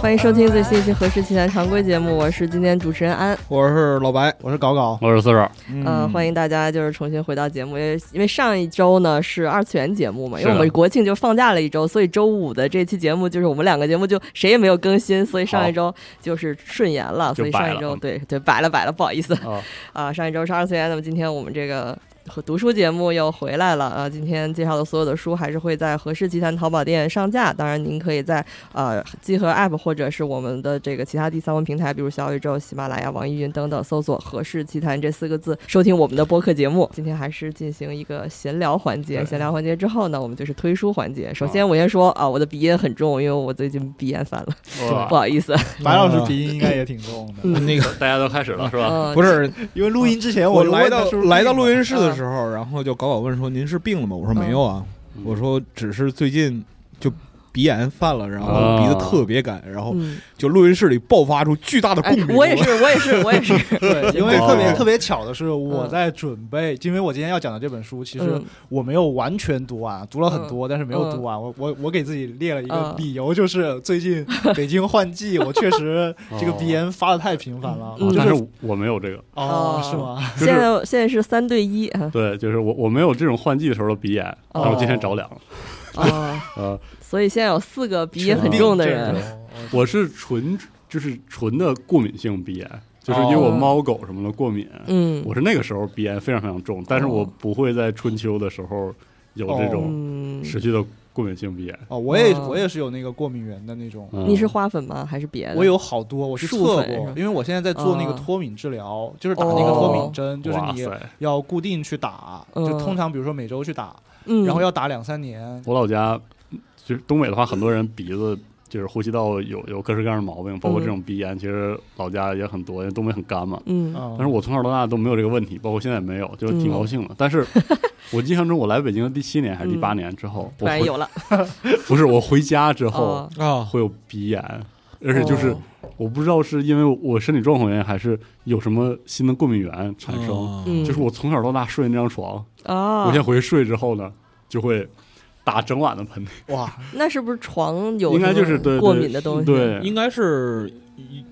欢迎收听最新一期《何氏奇谈》常规节目，我是今天主持人安。我是老白，我是搞搞，我是四十，嗯嗯，欢迎。迎大家就是重新回到节目，因为因为上一周呢是二次元节目嘛，因为是我的们国庆就放假了一周，所以周五的这期节目就是我们两个节目就谁也没有更新，所以上一周就是顺延了，就所以摆上一了周嗯对对摆了摆了，不好意思哦啊，上一周是二次元，那么今天我们这个。和读书节目又回来了啊！今天介绍的所有的书还是会在和氏集团淘宝店上架，当然您可以在呃集合 App 或者是我们的这个其他第三方平台，比如小宇宙、喜马拉雅、网易云等等，搜索“和氏集团”这四个字收听我们的播客节目。今天还是进行一个闲聊环节，对闲聊环节之后呢，我们就是推书环节。首先我先说啊，我的鼻音很重，因为我最近鼻炎犯了，不啊哇，好意思。白老师鼻音应该也挺重的，那个哦大家都开始了是吧？嗯，啊不是， 因为录音之前我就来问他到是不是来到病了录音室的时候，然后就搞搞问说：“您是病了吗？”我说：“没有啊。”嗯我说：“只是最近就鼻炎犯了，然后啊鼻子特别干，然后嗯，就录音室里爆发出巨大的哎共，鸣。”我 也是，我也是，我也是。对，因为哦特别特别巧的是，我在准备，因为我今天要讲的这本书，其实嗯我没有完全读完，读了很多，但是没有读完。我嗯我我给自己列了一个嗯理由，就是最近北京换季，我确 实这个鼻炎发的太频繁了，嗯就哦但是是我没有这个，哦哦，是吗？就现是在现在是三对一 啊 对，就是我我没有这种换季的时候的鼻炎，但是我哦今天着凉了。啊，呃，所以现在有四个鼻音很重的人全，病症哦我是纯就是纯的过敏性鼻炎，就是因为哦我猫狗什么的过敏，嗯我是那个时候鼻炎非常非常重，但是哦我不会在春秋的时候有这种嗯，持续的过敏性鼻炎。哦，我也哦我也是有那个过敏源的那种。嗯你是花粉吗？还是别的？我有好多，我去测树过粉是吧，因为我现在在做那个哦脱敏治疗，就是打那个脱敏针，就是哇你塞，要固定去打，嗯就通常比如说每周去打，嗯，然后要打两三年。我老家就是东北的话，很多人鼻子。就是呼吸道有有各式各样的毛病，包括这种鼻炎，其实老家也很多，因为东北很干嘛。嗯嗯但是我从小到大都没有这个问题，包括现在也没有，就是挺高兴的。但是我印象中，我来北京的第七年还是第八年之后，突我然回嗯有了不是我回家之后、哦啊，会有鼻炎，而且就是、哦我不知道是因为我身体状况原因，还是有什么新的过敏源产生。嗯嗯，就是我从小到大睡那张床，啊我，先回去睡之后呢，就会打整晚的喷嚏，哇，那是不是床有应该什么就是对过对敏的东西？对，嗯应该是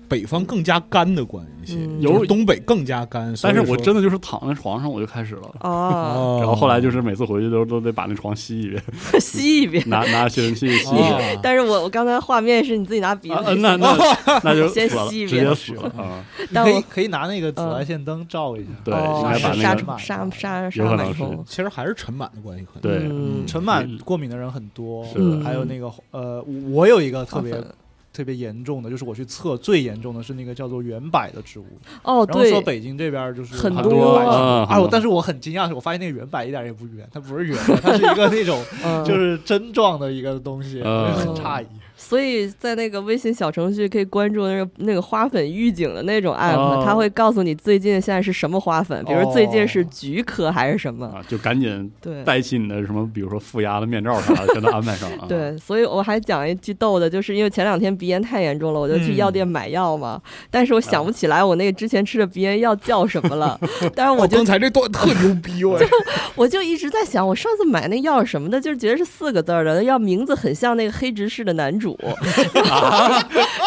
北方更加干的关系，嗯就是有东北更加干。所但以是我说真的就是躺在床上我就开始了。 啊，哦然后后来就是每次回去都都得把那床吸一遍，吸一遍。拿 拿吸尘器吸一 遍，哦但是我我刚才画面是你自己拿鼻子啊，去呃那那那就先死了，吸一直遍接死了啊！你但可以我可以拿那个紫外线灯照一下。嗯对，哦应该把杀那虫个杀杀嗯杀有杀可螨能是虫，其实还是尘螨的关系，哦可能对嗯尘螨过敏的人很多，是的嗯还有那个呃，我有一个特花别粉特别严重的，就是我去测最严重的是那个叫做圆柏的植物，哦，然后说对，北京这边就是很很多多百姓啊，啊，很我多但是我很惊讶的是，我发现那个圆柏一点也不圆，它不是圆的，它是一个那种嗯就是针状的一个东西，嗯很诧异。所以在那个微信小程序可以关注那个那个花粉预警的那种 app，、哦它会告诉你最近现在是什么花粉，比如说哦最近是菊科还是什么。啊，就赶紧对带起你的什么，比如说负压的面罩啥的，全都安排上啊。对，所以我还讲一句逗的，就是因为前两天鼻炎太严重了，我就去嗯药店买药嘛，但是我想不起来我那个之前吃的鼻炎药叫什么 了，但是我哦就刚才这段特牛逼，我我就一直在想，我上次买那药是什么的，就是觉得是四个字儿的，那药名字很像那个黑执事的男主，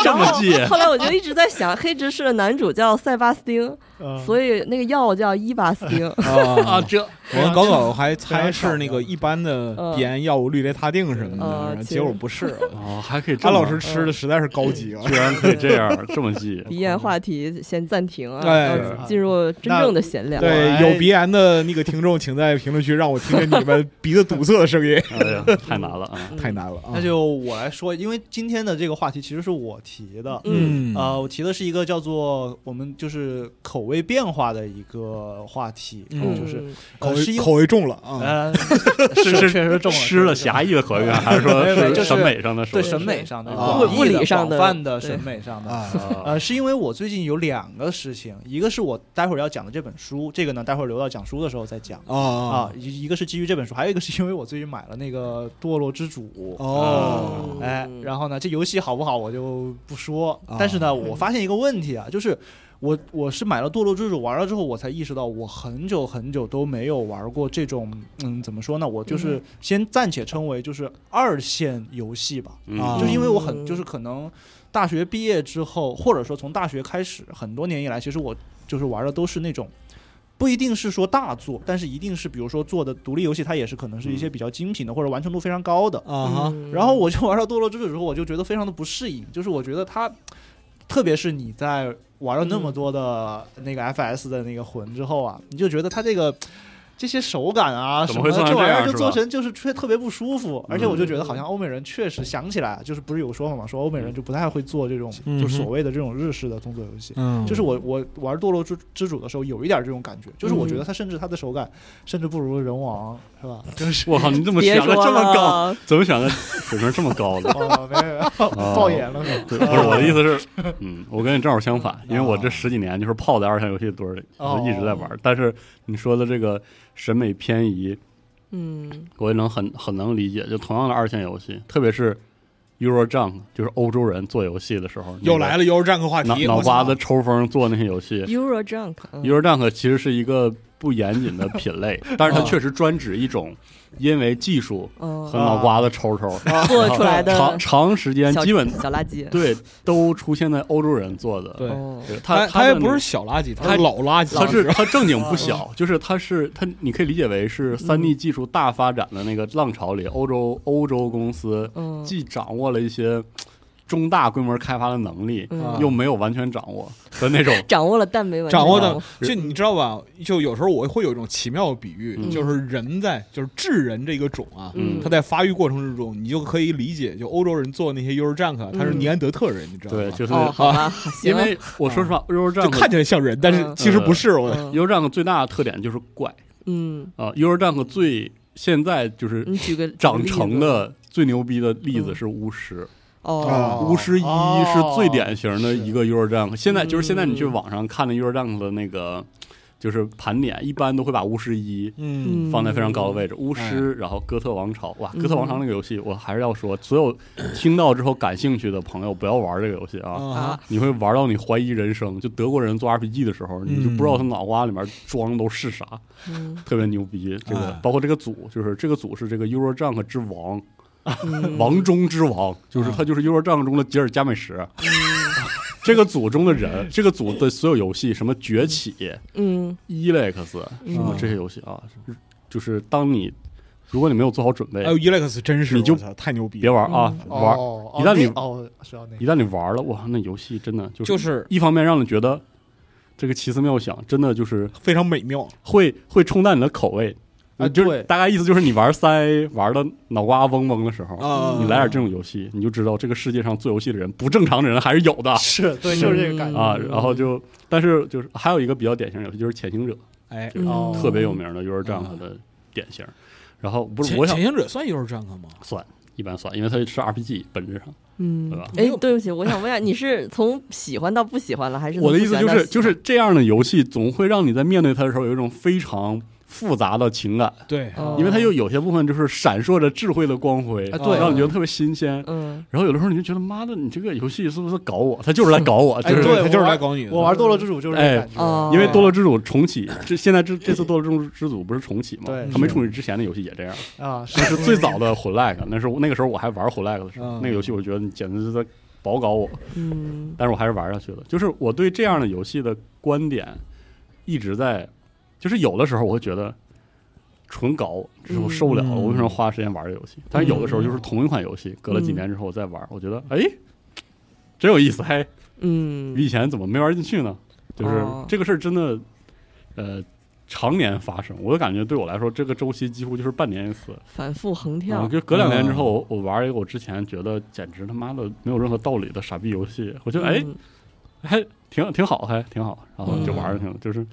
这么记，后来我就一直在想，黑执事的男主叫塞巴斯汀，嗯所以那个药叫伊巴斯汀。啊，这我跟搞搞还猜非常巧是那个一般的鼻炎药物氯雷他定什么嗯的，然呃后其实结果不是。啊哦，还可以这安么。老师吃的实在是高级啊！居然可以这样这么记，鼻炎话题先暂停啊，哎要进入真正的闲聊。对，哎有鼻炎的那个听众，请在评论区让我听见你们鼻子堵塞的声音。哎呀，太难了 啊！嗯太难了啊！那就我来说，因为今天的这个话题其实是我提的，嗯呃，我提的是一个叫做我们就是口味变化的一个话题，嗯就是口呃是味因口味重了嗯 啊！呃是是是确实中了吃了狭义的口味，还是说没有没有是就是审美上的说对法？审美上的啊广义嗯物理上的广泛的对审美上的。啊，啊呃，是因为我最近有两个事情，一个是我待会儿要讲的这本书，这个呢待会儿留到讲书的时候再讲啊啊。一一个是基于这本书，还有一个是因为我最近买了那个《堕落之主》哦嗯哎，然后呢，这游戏好不好我就不说啊，但是呢，我发现一个问题啊，就是我我是买了《堕落之主》玩了之后，我才意识到我很久很久都没有玩过这种，嗯，怎么说呢？我就是先暂且称为就是二线游戏吧，嗯啊就是因为我嗯很就是可能。大学毕业之后，或者说从大学开始，很多年以来，其实我就是玩的都是那种。不一定是说大作，但是一定是比如说做的独立游戏，它也是可能是一些比较精品的、或者完成度非常高的。啊哈，嗯然后我就玩到《堕落之主》之后，我就觉得非常的不适应，就是我觉得它，特别是你在玩了那嗯么多的那个 FS 的那个魂之后啊，你就觉得它这个这些手感啊怎什么么会的，做成这玩意这儿样就是做吧成就是特特别不舒服，而且嗯嗯我就觉得好像欧美人确实想起来，就是不是有说法嘛，说欧美人就不太会做这种嗯就是所谓的这种日式的动作游戏。嗯，就是我我玩《堕落之之主》的时候，有一点这种感觉，就是我嗯觉得它甚至它的手感，甚至不如人王，是 吧？就是我靠，你怎么别想说的这么高？了，怎么想的水平这么高的？哦，没有没有， 爆眼了是吧？对，不是我的意思是， 哦嗯，我跟你正好相反，因为我这十几年就是泡在二线游戏堆儿里，哦我就一直在玩。但是你说的这个审美偏移，嗯我也能很很能理解。就同样的二线游戏，特别是 Euro Junk，就是欧洲人做游戏的时候，又来了了又是战个话脑题，脑我操瓜子抽风做那些游戏。 ，Euro Junk，嗯 Euro Junk 其实是一个不严谨的品 类，但是哦它啊确实专指一种因为技术和嗯脑瓜子抽哦抽做出来的长长时间小基本小垃圾，对都出现在欧洲人做的。对哦对，他他他也的不那是小垃圾，他他是老垃圾，它是它正经不小，嗯就是它是它，你可以理解为是三 D 技术大发展的那个浪潮里，欧洲欧洲公司嗯既掌握了一些中大规模开发的能力，嗯啊又没有完全掌握的 那种掌握了但没完全掌握的哦，就你知道吧？就有时候我会有一种奇妙的比喻，嗯就是人在就是智人这个种啊，嗯他在发育过程之中，你就可以理解，就欧洲人做那些 Euro Junk，啊他是嗯尼安德特人，你知道对，吗？就是哦，好 吧，行啊因为我说实话，Euro 就 Junk 看起来像人，但是嗯其实不是。我嗯 Euro Junk 最大的特点就是怪嗯，啊，Euro Junk 最现在就是你举个长嗯例子成的最牛逼的例子嗯是巫师，哦啊，巫师一是最典型的一个 Euro Junk，、现在嗯就是现在你去网上看的 Euro Junk 的那个就是盘点，一般都会把巫师一嗯放在非常高的位置，巫师，然后哥特王朝，哇，哥特王朝那个游戏，我还是要说，所有听到之后感兴趣的朋友不要玩这个游戏啊。啊啊，，你会玩到你怀疑人生，就德国人做 RPG 的时候，你就不知道他脑瓜里面装的都是啥，嗯特别牛逼。这个哎包括这个组，就是这个组是这个 Euro Junk 之王，嗯 王中之王，就是嗯他就是 Euro Junk 中的吉尔加美什。嗯这个组中的人，这个组的所有游戏，什么崛起、，E 嗯 Elex，什么嗯这些游戏啊，就是当你如果你没有做好准备还，有 Elex 哎真是，你就我操太牛逼别了，玩啊，嗯玩哦一旦你哦那哦是要那个一旦你玩了，哇，那游戏真的就是就是一方面让你觉得这个奇思妙想，真的就是非常美妙。会会冲淡你的口味。啊就是对大概意思就是你玩三 A 玩的脑瓜嗡嗡的时候，啊，你来点这种游戏，你就知道这个世界上做游戏的人不正常的人还是有的 是对，是就是这个感觉啊。嗯然后就，但是就是还有一个比较典型的游戏就是《潜行者》，哎，就是嗯哦特别有名的 Euro Junk 的典型。然后不是潜我想潜行者算 Euro Junk 吗？算一般算，因为它是 RPG 本质上，嗯对吧，哎，对不起，我想问一下，你是从喜欢到不喜欢了，还是从我的意不思就喜欢到是喜欢就是这样的游戏总会让你在面对它的时候有一种非常复杂的情感，对，哦因为它又有些部分就是闪烁着智慧的光辉，啊对让你觉得特别新鲜。嗯然后有的时候你就觉得妈的，你这个游戏是不是搞我？它就是来搞我，哎就是对他就是我玩来搞你的。我玩《堕落之主》就是这个感觉，嗯哦因为《堕落之主》重启，这现在这这次《堕落之主》之组不是重启嘛对？它没是重启之前的游戏也这样。啊那是最早的混 lag，那是我那个时候我还玩混 lag 的时候，嗯那个游戏我觉得你简直是在保搞我，嗯但是我还是玩下去了。就是我对这样的游戏的观点一直在，就是有的时候我会觉得纯搞我，这是我受不了了，嗯我为什么要花时间玩这游戏？但是有的时候就是同一款游戏，隔了几年之后我再玩，我觉得哎，真有意思，还比嗯以前怎么没玩进去呢？就是哦这个事儿真的，呃。常年发生，我就感觉对我来说，这个周期几乎就是半年一次。反复横啊，跳，就隔两年之后，我我玩一个我之前觉得简直他妈的没有任何道理的傻逼游戏，我觉得哎嗯还挺挺好，还挺好，然后就玩下去了。就是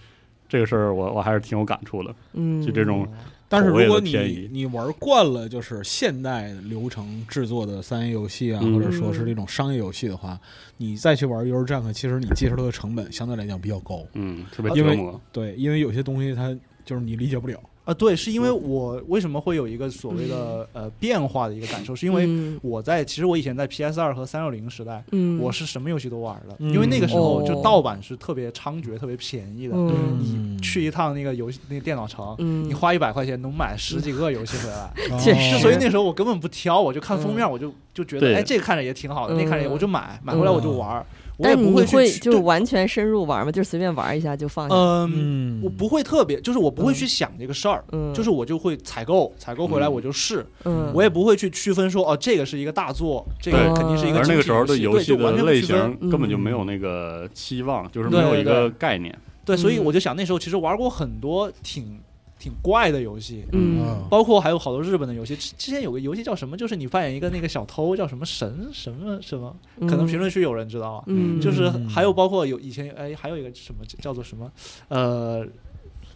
这个事儿，我我还是挺有感触的。嗯，就这哦种但是如口果味的偏你移你玩惯了就是现代流程制作的三 A 游戏啊，嗯或者说是这种商业游戏的话，你再去玩 Euro Junk，其实你接受它的成本相对来讲比较高。嗯，特别因折为磨。对，因为有些东西它就是你理解不了。啊，对，是因为我为什么会有一个所谓的呃变化的一个感受，是因为嗯我在其实我以前在 PS 二和三六零时代，嗯，我是什么游戏都玩了，嗯因为那个时候哦就盗版是特别猖獗、特别便宜的，嗯你去一趟那个游戏那个电脑城，嗯，你花一百块钱能买十几个游戏回来，确实就嗯所以那时候我根本不挑，我就看封面，我就就觉得哦嗯对哎这个看着也挺好的，那看着也嗯我就买，买回来我就玩儿，我也但你不会去就是对完全深入玩吗？就是随便玩一下就放呃下？嗯。嗯我不会特别，就是我不会嗯去想这个事儿，嗯，就是我就会采购，采购回来嗯我就试，嗯，我也不会去区分说哦，这个是一个大作，这个对肯定是一个而那精个品时候的游游戏对就的完全不类区分型根本就嗯没有那个期望，就是对没有对一个概念。对，所以嗯我就想那时候其实玩过很多挺挺怪的游戏，嗯啊包括还有好多日本的游戏。之之前有个游戏叫什么，就是你扮演一个那个小偷，叫什么神什么什么，嗯可能评论区有人知道啊。嗯就是嗯还有包括有以前哎，还有一个什么叫做什么，呃。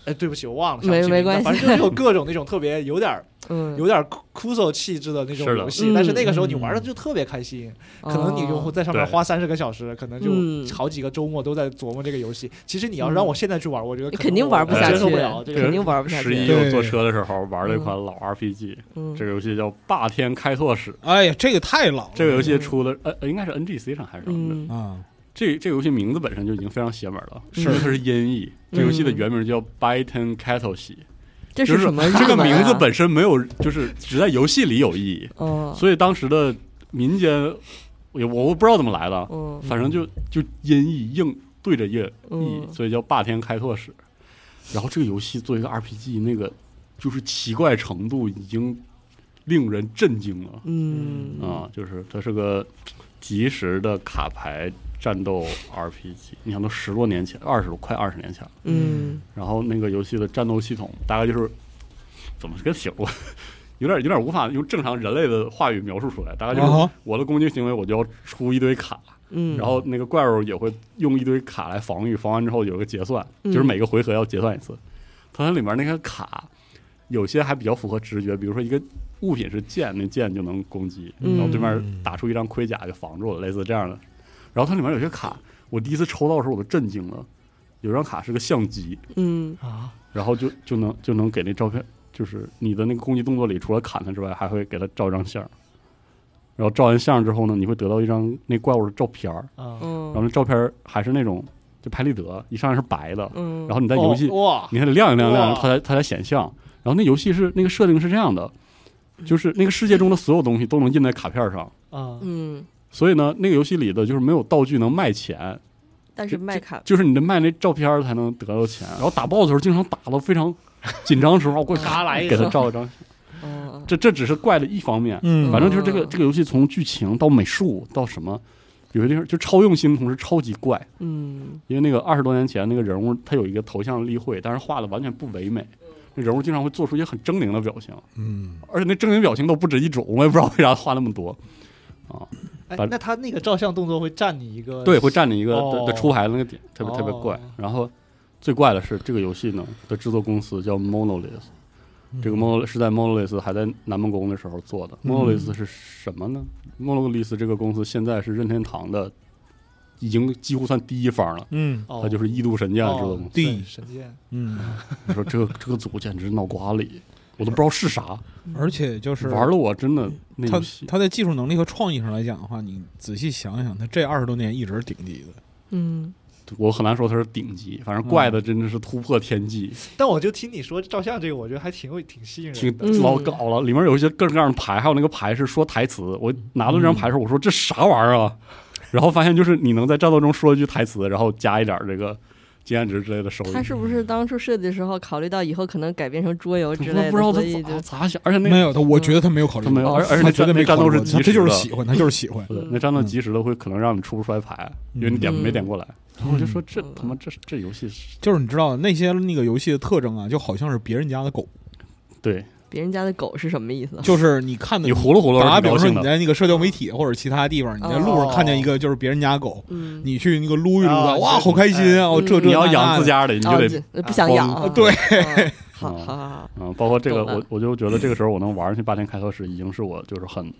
哎，对不起，我忘了，想不没起没名字关系反正就是有各种那种特别有点儿 嗯，有点儿酷酷手气质的那种是的游戏，嗯但是那个时候你嗯玩的就特别开心，哦可能你就会在上面对花三十个小时，可能嗯就好几个周末都在琢磨这个游戏。其实你要嗯让我现在去玩，我觉得可能肯定玩不下我去，接受不了这肯个。定玩不下十去。一对我坐车的时候玩了一款老 RPG，嗯这个游戏叫《霸天开拓史》。哎呀，这个太老了，这个游戏出的呃呃应该是 NGC 上还是什么的。嗯啊，这这个游戏名字本身就已经非常邪门了，是因为它是音译。这游戏的原名叫《Byton c a t t l e 嗯这就是什么日文啊？这个名字本身没有，就是只在游戏里有意义。哦，所以当时的民间，我我不知道怎么来的，嗯反正就就音译硬对着音译嗯，所以叫霸天开拓史。然后这个游戏作为一个 RPG，那个就是奇怪程度已经令人震惊了嗯啊！就是它是个即时的卡牌战斗 RPG，你想都十多年前，二十多快二十年前了。嗯然后那个游戏的战斗系统大概就是怎么跟形容，有点有点无法用正常人类的话语描述出来。大概就啊是哈我的攻击行为，我就要出一堆卡，嗯，然后那个怪物也会用一堆卡来防御，防完之后有一个结算，嗯就是每个回合要结算一次。它那里面那个卡，有些还比较符合直觉，比如说一个物品是剑，那剑就能攻击，嗯然后对面打出一张盔甲就防住了，类似这样的。然后它里面有些卡，我第一次抽到的时候我都震惊了，有张卡是个相机，嗯啊，然后就就能就能给那照片，就是你的那个攻击动作里，除了砍它之外，还会给它照一张相儿。然后照完相之后呢，你会得到一张那怪物的照片儿，嗯，嗯，然后那照片儿还是那种就拍立得，一上来是白的，嗯，然后你在游戏、哦哇，你还得亮一亮亮，哇它才它才显像。然后那游戏是那个设定是这样的，就是那个世界中的所有东西都能印在卡片上，啊，嗯，所以呢，那个游戏里的就是没有道具能卖钱，但是麦卡就是你得卖那照片儿才能得到钱。然后打 BOSS 的时候，经常打到非常紧张的时候，我过去咔来一给他个，照一张。嗯这这只是怪的一方面，嗯反正就是这个嗯这个游戏从剧情到美术到什么，有些地方就超用心，同时超级怪。嗯因为那个二十多年前那个人物，他有一个头像立绘，但是画的完全不唯美。嗯那人物经常会做出一些很狰狞的表情，嗯，而且那狰狞表情都不止一种，我也不知道为啥画那么多。嗯哎把，那他那个照相动作会占你一个对，会占领一个哦的的出牌的那个点，特别哦特别怪。然后最怪的是这个游戏呢的制作公司叫 Monolith，这个 Monolith 是在 Monolith 还在南梦宫的时候做的。嗯 Monolith 是什么呢？Monolith 这个公司现在是任天堂的，已经几乎算第一方了。嗯哦它就是《异度神剑》制作公司哦。地对神剑，嗯，你说这个这个组简直脑瓜里，我都不知道是啥，而且就是玩的我真的那他游戏他在技术能力和创意上来讲的话，你仔细想想，他这二十多年一直是顶级的。嗯我很难说它是顶级，反正怪嗯的真的是突破天际。但我就听你说照相这个，我觉得还挺有挺吸引挺人的。嗯老搞了，里面有一些各种各样的牌，还有那个牌是说台词。我拿到这张牌的时候，我说这啥玩意儿啊？ 然后发现就是你能在战斗中说一句台词，然后加一点这个经验值之类的收益。他是不是当初设计的时候考虑到以后可能改变成桌游我之类的，不知道所以他就咋咋想，而且那没个有他，我觉得他没有考虑过，他没有而而且他那绝对战没考虑过那战斗是他这即时就是的喜欢，他就是喜欢。不对嗯那嗯战斗及时的会可能让你出不出来牌，因为你点没点过来。然嗯后我就说这嗯他妈这这游戏是就是你知道那些那个游戏的特征啊，就好像是别人家的 狗，对别人家的狗是什么意思？就是你看的你葫芦葫芦嗯打是比高方说兴你的，在那个社交媒体或者其他地方，你在路上看见一个就是别人家狗，嗯，你去那个撸一撸啊的，哇，对好开心啊！嗯哦这 这你要那养那自的，家的，你哦就得这呃不想养啊，对嗯，好好好好，啊，包括这个，懂了我我就觉得这个时候我能玩上去八天开拓史，已经是我就是很，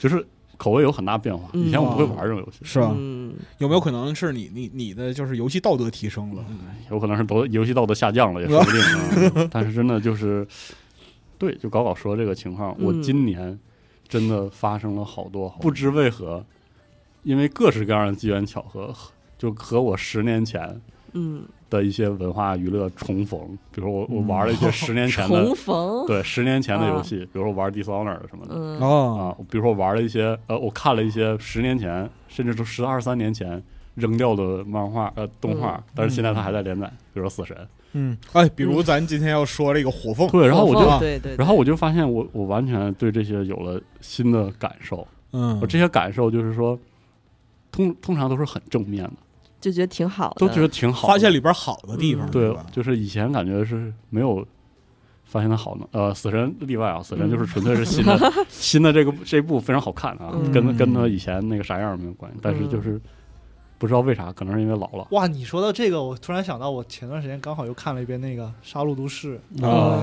就是口味有很大变化。嗯以前我不会玩这种游戏，是吧？嗯，有没有可能是你你你的就是游戏道德提升了？有可能是都游戏道德下降了，也说不定。 啊。但是真的就是，对，就搞搞说这个情况，我嗯今年真的发生了好多，不知为何，因为各式各样的机缘巧合，就和我十年前嗯，的一些文化娱乐重逢。比如我我玩了一些十年前的重逢，对十年前的游啊戏，比如说玩 Dishonored 什么的。嗯，哦，啊，比如说玩了一些，呃，我看了一些十年前，甚至都十二三年前扔掉的漫画，呃，动嗯画，但是现在它还在连载，比如说《死神》，哦嗯，哎，比如咱今天要说这个火凤，对，然后我重就，逢哦对对，对然后我就发现我我完全对这些有了新的感受，嗯我，这些感受就是说，通通常都是很正面的，就觉得挺好的，都觉得挺好的，发现里边好的地方，嗯是对吧，？就是以前感觉是没有发现它好呢，呃，死神例外啊，死神嗯就是纯粹是新的、 新的这个这部非常好看啊，嗯跟跟它以前那个啥样没有关系，但是就是不知道为啥，可能是因为老了哇，你说到这个，我突然想到，我前段时间刚好又看了一遍那个《杀戮都市》，啊，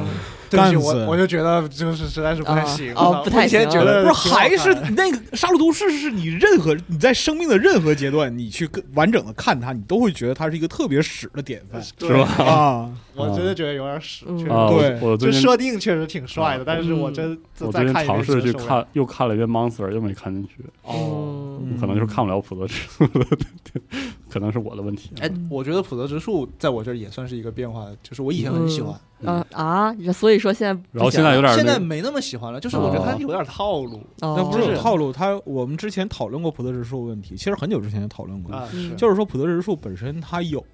对不起，干死我我就觉得就是实在是不太行。哦哦不太我以前行觉得不是还挺好是 看的那个《杀戮都市》是你任何你在生命的任何阶段，你去跟完整的看它，你都会觉得它是一个特别屎的典范对是吧？啊！我真的觉得有点屎，嗯确啊，实。对我我这最近设定确实挺帅的，但是我嗯真我再最近看一遍尝试接去受不了看，哦又看了一遍 Monster，又没看进去，嗯，嗯可能就是看不了普泽之树了， 可能是我的问题啊。哎，我觉得普泽之树在我这儿也算是一个变化，就是我以前很喜欢，啊啊，所以说现在不然后行现在有了点啊现那在没那么喜欢了。就是我觉得他有点套路哦，那不是就有是套路，它我们之前讨论过普泽之树的问题，其实很久之前就讨论过，啊，嗯是就是说普泽之树本身它有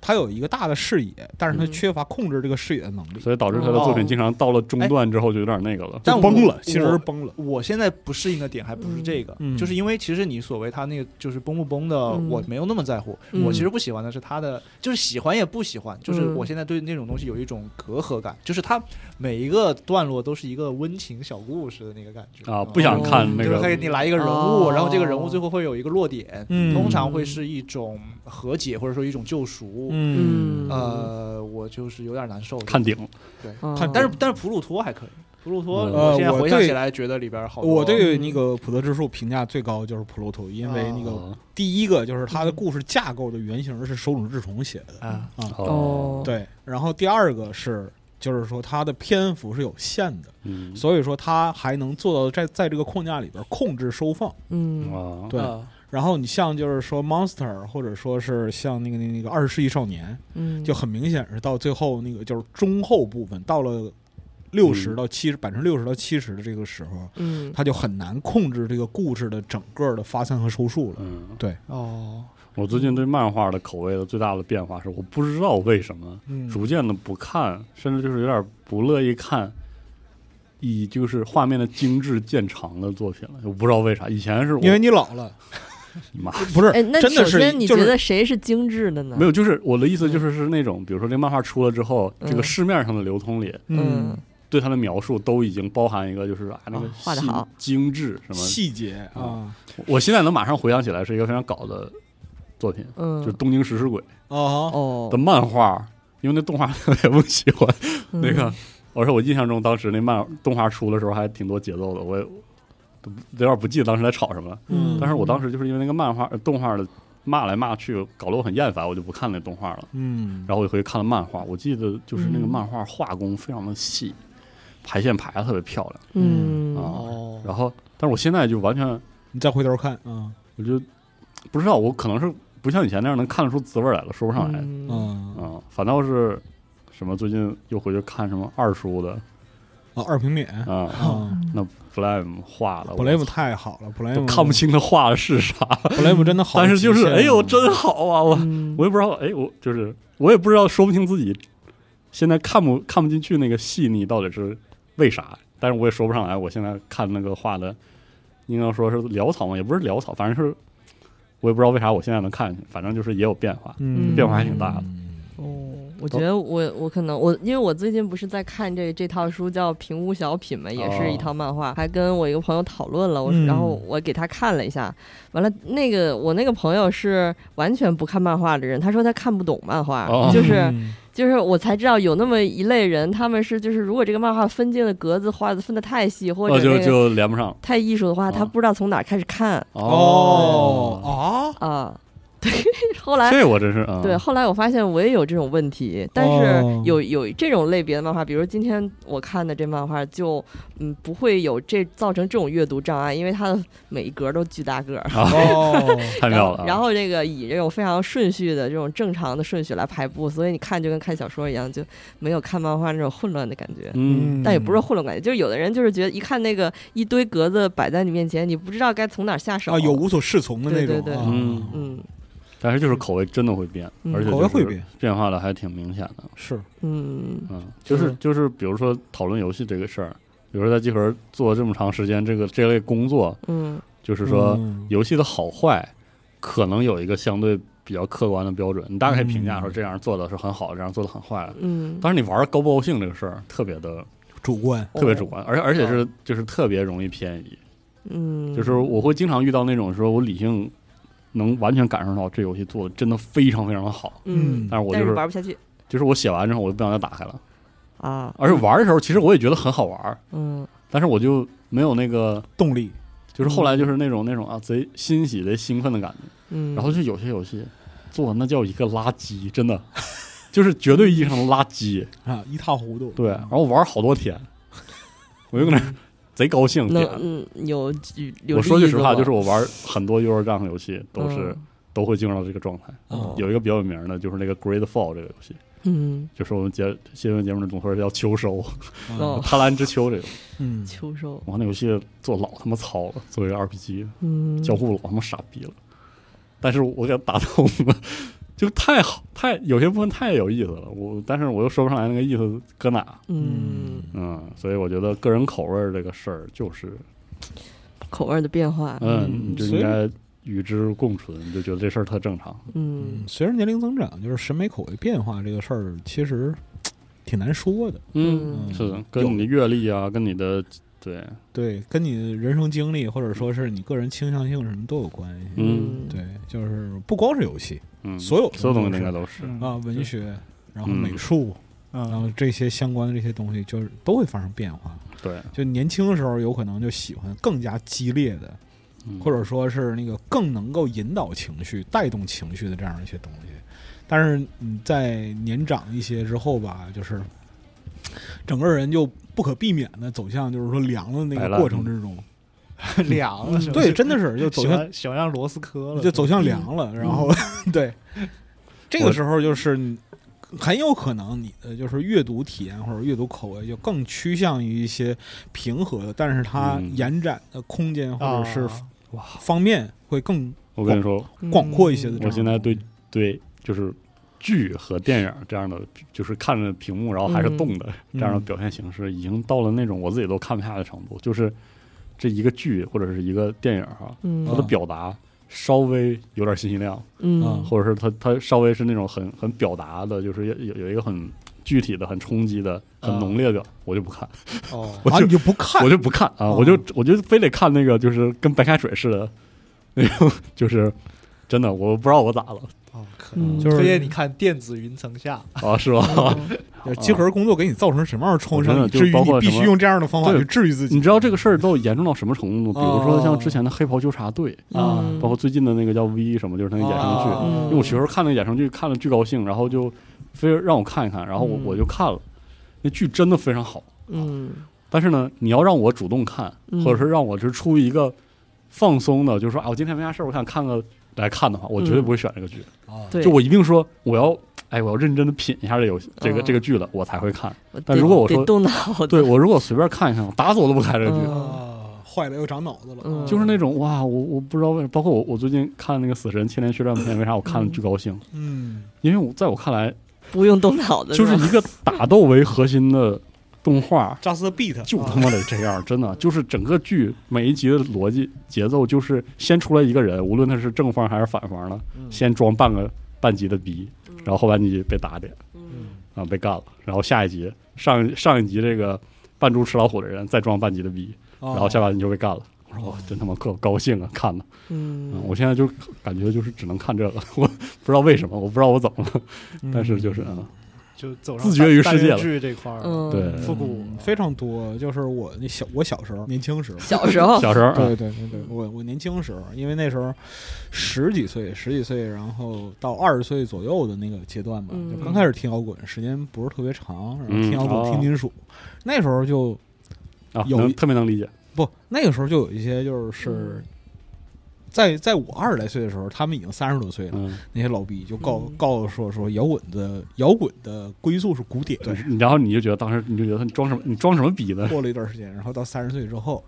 它有一个大的视野，但是它嗯缺乏控制这个视野的能力，所以导致他的作哦品经常到了哎中段之后就有点那个了。但嗯就我崩了，我其实是崩了。我现在不适应的点还不是这个，嗯就是因为其实你所谓他那个就是崩不崩的，嗯我没有那么在乎。嗯我其实不喜欢的是他的，就是喜欢也不喜欢，就是嗯我现在对那种东西有一种隔阂感，就是他每一个段落都是一个温情小故事的那个感觉啊，不想看那哦就个是，给你来一个人物，哦然后这个人物最后会有一个落点，嗯通常会是一种和解或者说一种救赎。嗯呃，我就是有点难受。看顶哦看但是但是普鲁托还可以，普鲁托嗯我现在呃我回想对起来觉得里边好多。我对那个普泽之树评价最高就是普罗图，因为那个哦第一个就是它的故事架构的原型是手冢治虫写的，啊，哦，，对。然后第二个是，就是说它的篇幅是有限的，嗯，所以说它还能做到在在这个框架里边控制收放。嗯啊，对。啊然后你像就是说 Monster，或者说是像那个那个那个二十世纪少年，嗯，就很明显是到最后那个就是中后部分，到了六十嗯到七十百分之六十到七十的这个时候，嗯它就很难控制这个故事的整个的发散和收束了。嗯，哦，我最近对漫画的口味的最大的变化是，我不知道为什么嗯逐渐的不看，甚至就是有点不乐意看，以就是画面的精致见长的作品了。我不知道为啥，以前是我因为你老了，妈不是哎，那真的首是先你就觉是得谁是精致的呢？没有，就是我的意思就是是那种，比如说这漫画出了之后，嗯这个市面上的流通里嗯对它的描述都已经包含一个就是啊那个啊画得细好精致什么嗯细节啊我现在能马上回想起来是一个非常搞的作品，嗯，就是《东京食尸鬼啊》哦的漫画，因为那动画我也不喜欢。那嗯个，而且我印象中当时那漫动画出的时候还挺多节奏的，我也都不有点不记得当时在吵什么了。嗯但是我当时就是因为那个漫画呃动画的骂来骂去，搞得我很厌烦，我就不看那动画了。嗯，然后我就回去看了漫画，我记得就是那个嗯漫画画工非常的细，排线排的特别漂亮。嗯啊哦，然后，但是我现在就完全你再回头看啊我就不知道，我可能是不像以前那样能看得出滋味来了，说不上来啊、嗯啊反倒是什么最近又回去看什么二叔的啊二平面啊，啊嗯那 Blame 画的，Blame 我太好了都，Blame 看不清他画的是啥， ，Blame 真的好，但是就是哎呦真好啊，我嗯我也不知道哎我就是我也不知道说不清自己现在看不看不进去那个细腻到底是为啥，但是我也说不上来，我现在看那个画的应该说是潦草嘛，也不是潦草，反正是我也不知道为啥我现在能看进去，反正就是也有变化，嗯变化还挺大的。哦，嗯我觉得我我可能我因为我最近不是在看这这套书叫《平屋小品》嘛，也是一套漫画，还跟我一个朋友讨论了，我嗯然后我给他看了一下，完了那个我那个朋友是完全不看漫画的人，他说他看不懂漫画，哦就是。嗯就是我才知道有那么一类人，他们是就是如果这个漫画分镜的格子画的分的太细，或哦，者就那个就连不上太艺术的话，他啊不知道从哪儿开始看哦，啊，啊。对，后来这我真是啊，对，后来我发现我也有这种问题，但哦是有有这种类别的漫画，比如今天我看的这漫画就，嗯不会有这造成这种阅读障碍，因为它的每一格都巨大个儿。 哦，太然妙了后啊，然后这个以这种非常顺序的这种正常的顺序来排布，所以你看就跟看小说一样，就没有看漫画那种混乱的感觉。 嗯，但也不是混乱感觉，就是有的人就是觉得一看那个一堆格子摆在你面前，你不知道该从哪儿下手。啊，有无所适从的那种对对对啊，嗯嗯但是就是口味真的会变，嗯而且口味会就是变变化的还挺明显的，是嗯嗯，就是嗯就是比如说讨论游戏这个事儿，比如说在集合做这么长时间这个这类工作，嗯就是说。嗯游戏的好坏，可能有一个相对比较客观的标准。你大概评价说嗯这样做的是很好，这样做的很坏。嗯，但是你玩高不高兴这个事儿，特别哦的主观，特别主观，而而且是就是特别容易偏移。嗯就是我会经常遇到那种说我理性能完全感受到这游戏做的真的非常非常的好，嗯，但是我但就是是玩不下去就是我写完之后我就不想再打开了。啊，而且玩的时候其实我也觉得很好玩，嗯但是我就没有那个。动力就是后来就是那种那种啊，贼欣喜、贼兴奋的感觉。嗯，然后就有些游戏做那叫一个垃圾，真的 就是绝对意义上的垃圾。啊，一塌糊涂。对，嗯然后玩好多天，我就搁那儿贼高兴能点。嗯有举有我说句例实子话，吗就是我玩很多优柔账游戏都是、嗯都会进入到这个状态。哦有一个比较有名的就是那个《Great Fall》这个游戏，嗯就是我们节新闻节目的总说叫秋收，哦 贪婪之秋这个。嗯，秋收我那游戏做老他妈糙了，作为 RPG 嗯交互老他妈傻逼了，但是我给他打通了，就太好太有些部分太有意思了，我但是我又说不上来那个意思搁哪，嗯嗯，所以我觉得个人口味儿这个事儿就是，口味儿的变化嗯，你就所应以该与之共存，你就觉得这事儿特正常，嗯随着年龄增长，就是审美口味变化这个事儿，其实挺难说的。嗯是的，跟你的阅历啊，跟你的对，对，跟你人生经历或者说是你个人倾向性什么都有关系。嗯对，就是不光是游戏嗯，所有的所有东都西是应该都是，嗯啊，文学，然后嗯美术，然嗯， 后这些相关的这些东西，就是都会发生变化。对，就年轻的时候，有可能就喜欢更加激烈的，嗯或者说是那个更能够引导情绪、带动情绪的这样的一些东西。但是你在年长一些之后吧，就是整个人就不可避免的走向就是说凉了那摆个烂过程之中。凉嗯了是吧？对，真的是就走喜向欢喜欢上罗斯科了，就走向凉嗯了。然后对， 这个时候就是你很有可能你的就是阅读体验或者阅读口味就更趋向于一些平和的，但是它嗯延展的空间或者啊是方面会更我跟你说，广阔一些的。嗯我现在对对就是。剧和电影这样的，就是看着屏幕，然后还是动的，嗯这样的表现形式，已经到了那种我自己都看不下的程度。就是这一个剧或者是一个电影哈、它的嗯嗯表达稍微有点信息量，嗯啊或者是它它稍微是那种很很表达的，就是有有有一个很具体的、很冲击的、很嗯浓烈的表，我就不看，哦，我啊，就、你就不看我就不看啊，哦我就我就非得看那个就是跟白开水似的 那种，就是真的我不知道我咋了哦，可嗯就是推荐你看《电子云层下》 啊，是吧？呃集合工作给你造成什么样的创真伤，的以就至于包括你必什须么用这样的方法对去治愈自己你。知道这个事儿都严重到什么程度？比如说像之前的黑袍纠察队。啊嗯包括最近的那个叫 V 什么，就是那个衍生剧，啊嗯因为我学时候看那个衍生剧看了巨高兴，然后就非让我看一看，然后我嗯我就看了，那剧真的非常好。嗯但是呢，你要让我主动看，嗯或者是让我是出于一个放松的，就是说啊，我今天没啥事儿，我想看个来看的话，我绝嗯对不会选这个剧。啊对就我一定说我要，哎，我要认真的品一下这游戏，这个、嗯这个剧了，我才会看。我但得如果我得说动脑子对我如果随便看一看，我打死我都不开这个剧。嗯啊，坏了又长脑子了，啊嗯就是那种哇，我我不知道为什么，包括我我最近看那个《死神：千年血战篇》，为啥我看了巨高兴？嗯，因为我在我看来，不用动脑子就是吧一个打斗为核心的动画，just a beat，就他妈得这样，真嗯的就是整个剧每一集的逻辑节奏就是先出来一个人，无论他是正方还是反方的，嗯先装半个半集的逼，嗯然后后半集被打脸嗯啊被干了，然后下一集上上一集这个扮猪吃老虎的人再装半集的逼，然然后下半集就被干了。我说我真他妈可高兴啊，看的，嗯，嗯我现在就感觉就是只能看这个，我不知道为什么，我不知道我怎么了，但是就是嗯，就走上自绝于世界了大跃剧这块儿，嗯，对，复古嗯非常多。就是我那小我小时候年轻时候，小时候， 小时候啊对对对对，我我年轻时候，因为那时候十几岁，十几岁，然后到二十岁左右的那个阶段吧，嗯就刚开始听摇滚，时间不是特别长，然后嗯听摇滚、哦听金属，那时候就啊，有能一特别能理解，不，那个时候就有一些就是嗯。在在我二十来岁的时候，他们已经三十多岁了。嗯，那些老逼就告、嗯告诉说说摇滚的摇滚的归宿是古典，然后你就觉得当时你就觉得你装什么你装什么逼呢？过了一段时间，然后到三十岁之后，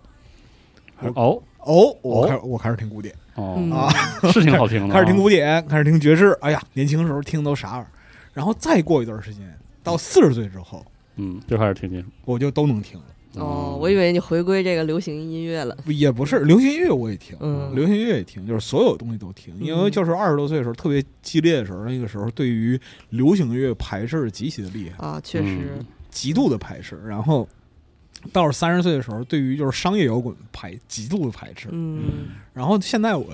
哦哦，我开我开始听古典，嗯哦，啊，是挺好听 的啊，开始听古典，开始听爵士，哎呀，年轻时候听都啥玩意儿，然后再过一段时间，到四十岁之后，嗯，就开始听金属。我就都能听了，哦，我以为为你回归这个流行音乐了，也不是流行音乐我也听。嗯，流行音乐也听，就是所有东西都听，因为嗯就是二十多岁的时候特别激烈的时候，那个时候对于流行音乐排斥极其的厉害，啊，嗯确实，极度的排斥。然后到了三十岁的时候，对于就是商业摇滚排极度的排斥。嗯，然后现在我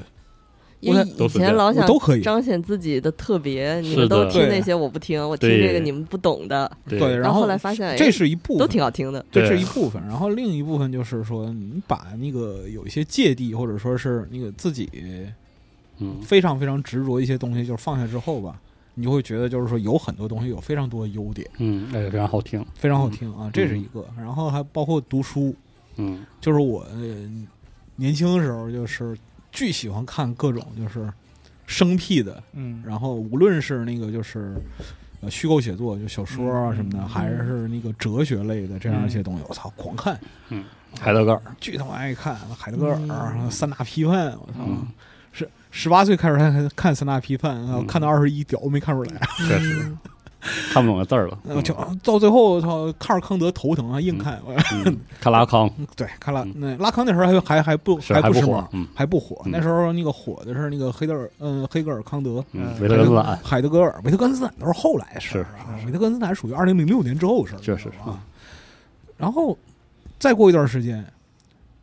因为都以是这样前老我想都可以彰显自己的特别，你是们的都听那对些，我不听，我听对这个你们不懂的，对，对然然后后后来发现，哎这是一部都分，挺好听的，这对是一部分。然后另一部分就是说，你把那个有一些芥蒂，或者说是那个自己嗯非常非常执着一些东西，就是放下之后吧，你就会觉得就是说有很多东西有非常多的优点，嗯，哎，非常好听，非嗯常好听啊，这是一个。然后还包括读书，嗯就是我呃年轻的时候就是巨喜欢看各种就是生僻的嗯，然后无论是那个就是呃虚构写作，就小说啊什么的，嗯还是那个哲学类的这样一些东西，我操，狂看，嗯，海德格尔，巨他妈爱看海德格嗯尔、三大批判，我操嗯，是十八岁开始看看三大批判，啊嗯看到二十一屌没看出来，确实嗯看不懂的字儿了。我就到最后我操，看着康德头疼啊，硬看，我嗯嗯，卡拉康对，看拉嗯那拉康那时候还还还不是不不时火髦，，嗯还不火，嗯那时候那个火的是那个黑德尔，嗯，黑格尔、康德，嗯，嗯维特根斯坦，海德格尔、维特根斯坦都是后来的事儿啊。维特根斯坦属于二零零六年之后的事儿，确实嗯你知道吧然后再过一段时间，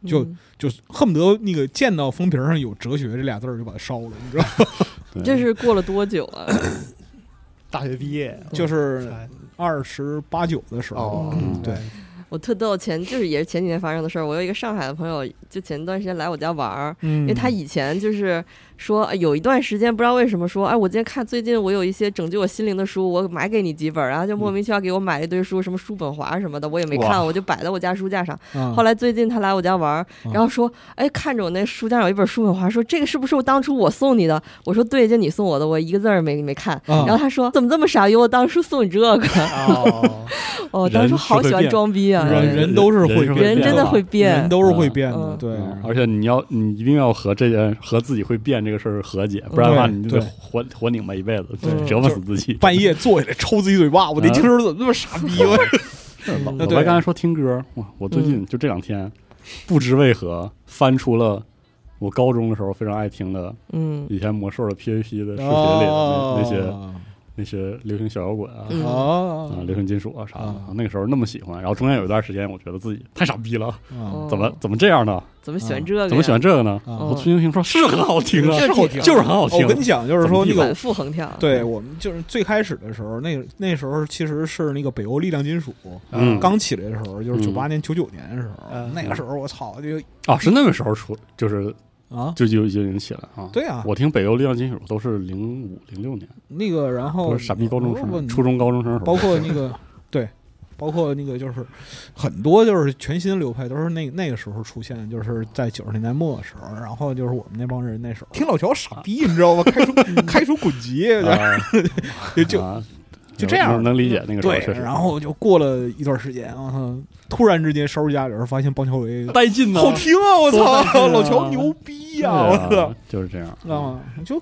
就嗯就是恨不得那个见到封皮儿上有“哲学”这俩字儿就把它烧了，你知道吗？对这是过了多久啊？大学毕业就是才二十八九的时候，哦嗯，对，我特逗，前就是也是前几天发生的事儿。我有一个上海的朋友，就前段时间来我家玩儿，嗯，因为他以前就是说，哎有一段时间不知道为什么说，哎，我今天看最近我有一些拯救我心灵的书，我买给你几本儿，然后就莫名其妙给我买了一堆书，什么叔本华什么的，我也没哇看，我就摆在我家书架上。嗯后来最近他来我家玩儿，嗯然后说，哎，看着我那书架上有一本叔本华，说这个是不是我当初我送你的？我说对，这你送我的，我一个字儿没没看。嗯然后他说怎么这么傻哟，我当初送你这个， 哦，哦，当初人好是会喜欢变装逼啊，人对人都是会人人真的吧会变人，都是会变的，嗯对。嗯而且你要你一定要和这件和自己会变这个事儿和解，不然的话对你就得对活活拧巴一辈子，对折磨死自己。半夜坐下来抽自己嘴巴，我嗯年轻时候怎么那么傻逼？ 我老嗯老对白刚才说听歌，哇，我最近就这两天，不知为何翻出了我高中的时候非常爱听的嗯以前魔兽的 PVP 的视频里的那哦那些那些流行小摇滚啊。嗯啊，哦流行金属啊啥的啊，那个时候那么喜欢，然后中间有一段时间，我觉得自己太傻逼了，嗯啊怎么怎么这样呢？哦怎么选这个呀？怎么喜欢这个呢？啊嗯我崔英平说是很好听啊，是好听哦就是很好听我。跟你讲，就是说那怎么个反复横跳？对我们就是最开始的时候，那个那时候其实是那个北欧力量金属嗯刚起来的时候，就是嗯九八年、九九年的时候，嗯那个时候我操就啊，是那个时候出，就是啊，就就就已经起来啊。对啊，我听北欧力量金属都是零五零六年，那个然后都是傻逼高中生、初中中，高中生的时哦包候。括那 个对，包括那个就是很多就是全新流派都是那那个时候出现，就是在九十年代末的时候，然后就是我们那帮人那时候啊听老乔傻逼，你知道吗？ 开除开除滚籍，啊 就就啊就这样能能理解那个时候对确，实。然后就过了一段时间，我操，突然之间收拾家里人发现邦乔维带劲呢， 好听啊！我多带劲操，啊老乔牛逼对呀！啊我啊操，就是这样，知道吗？就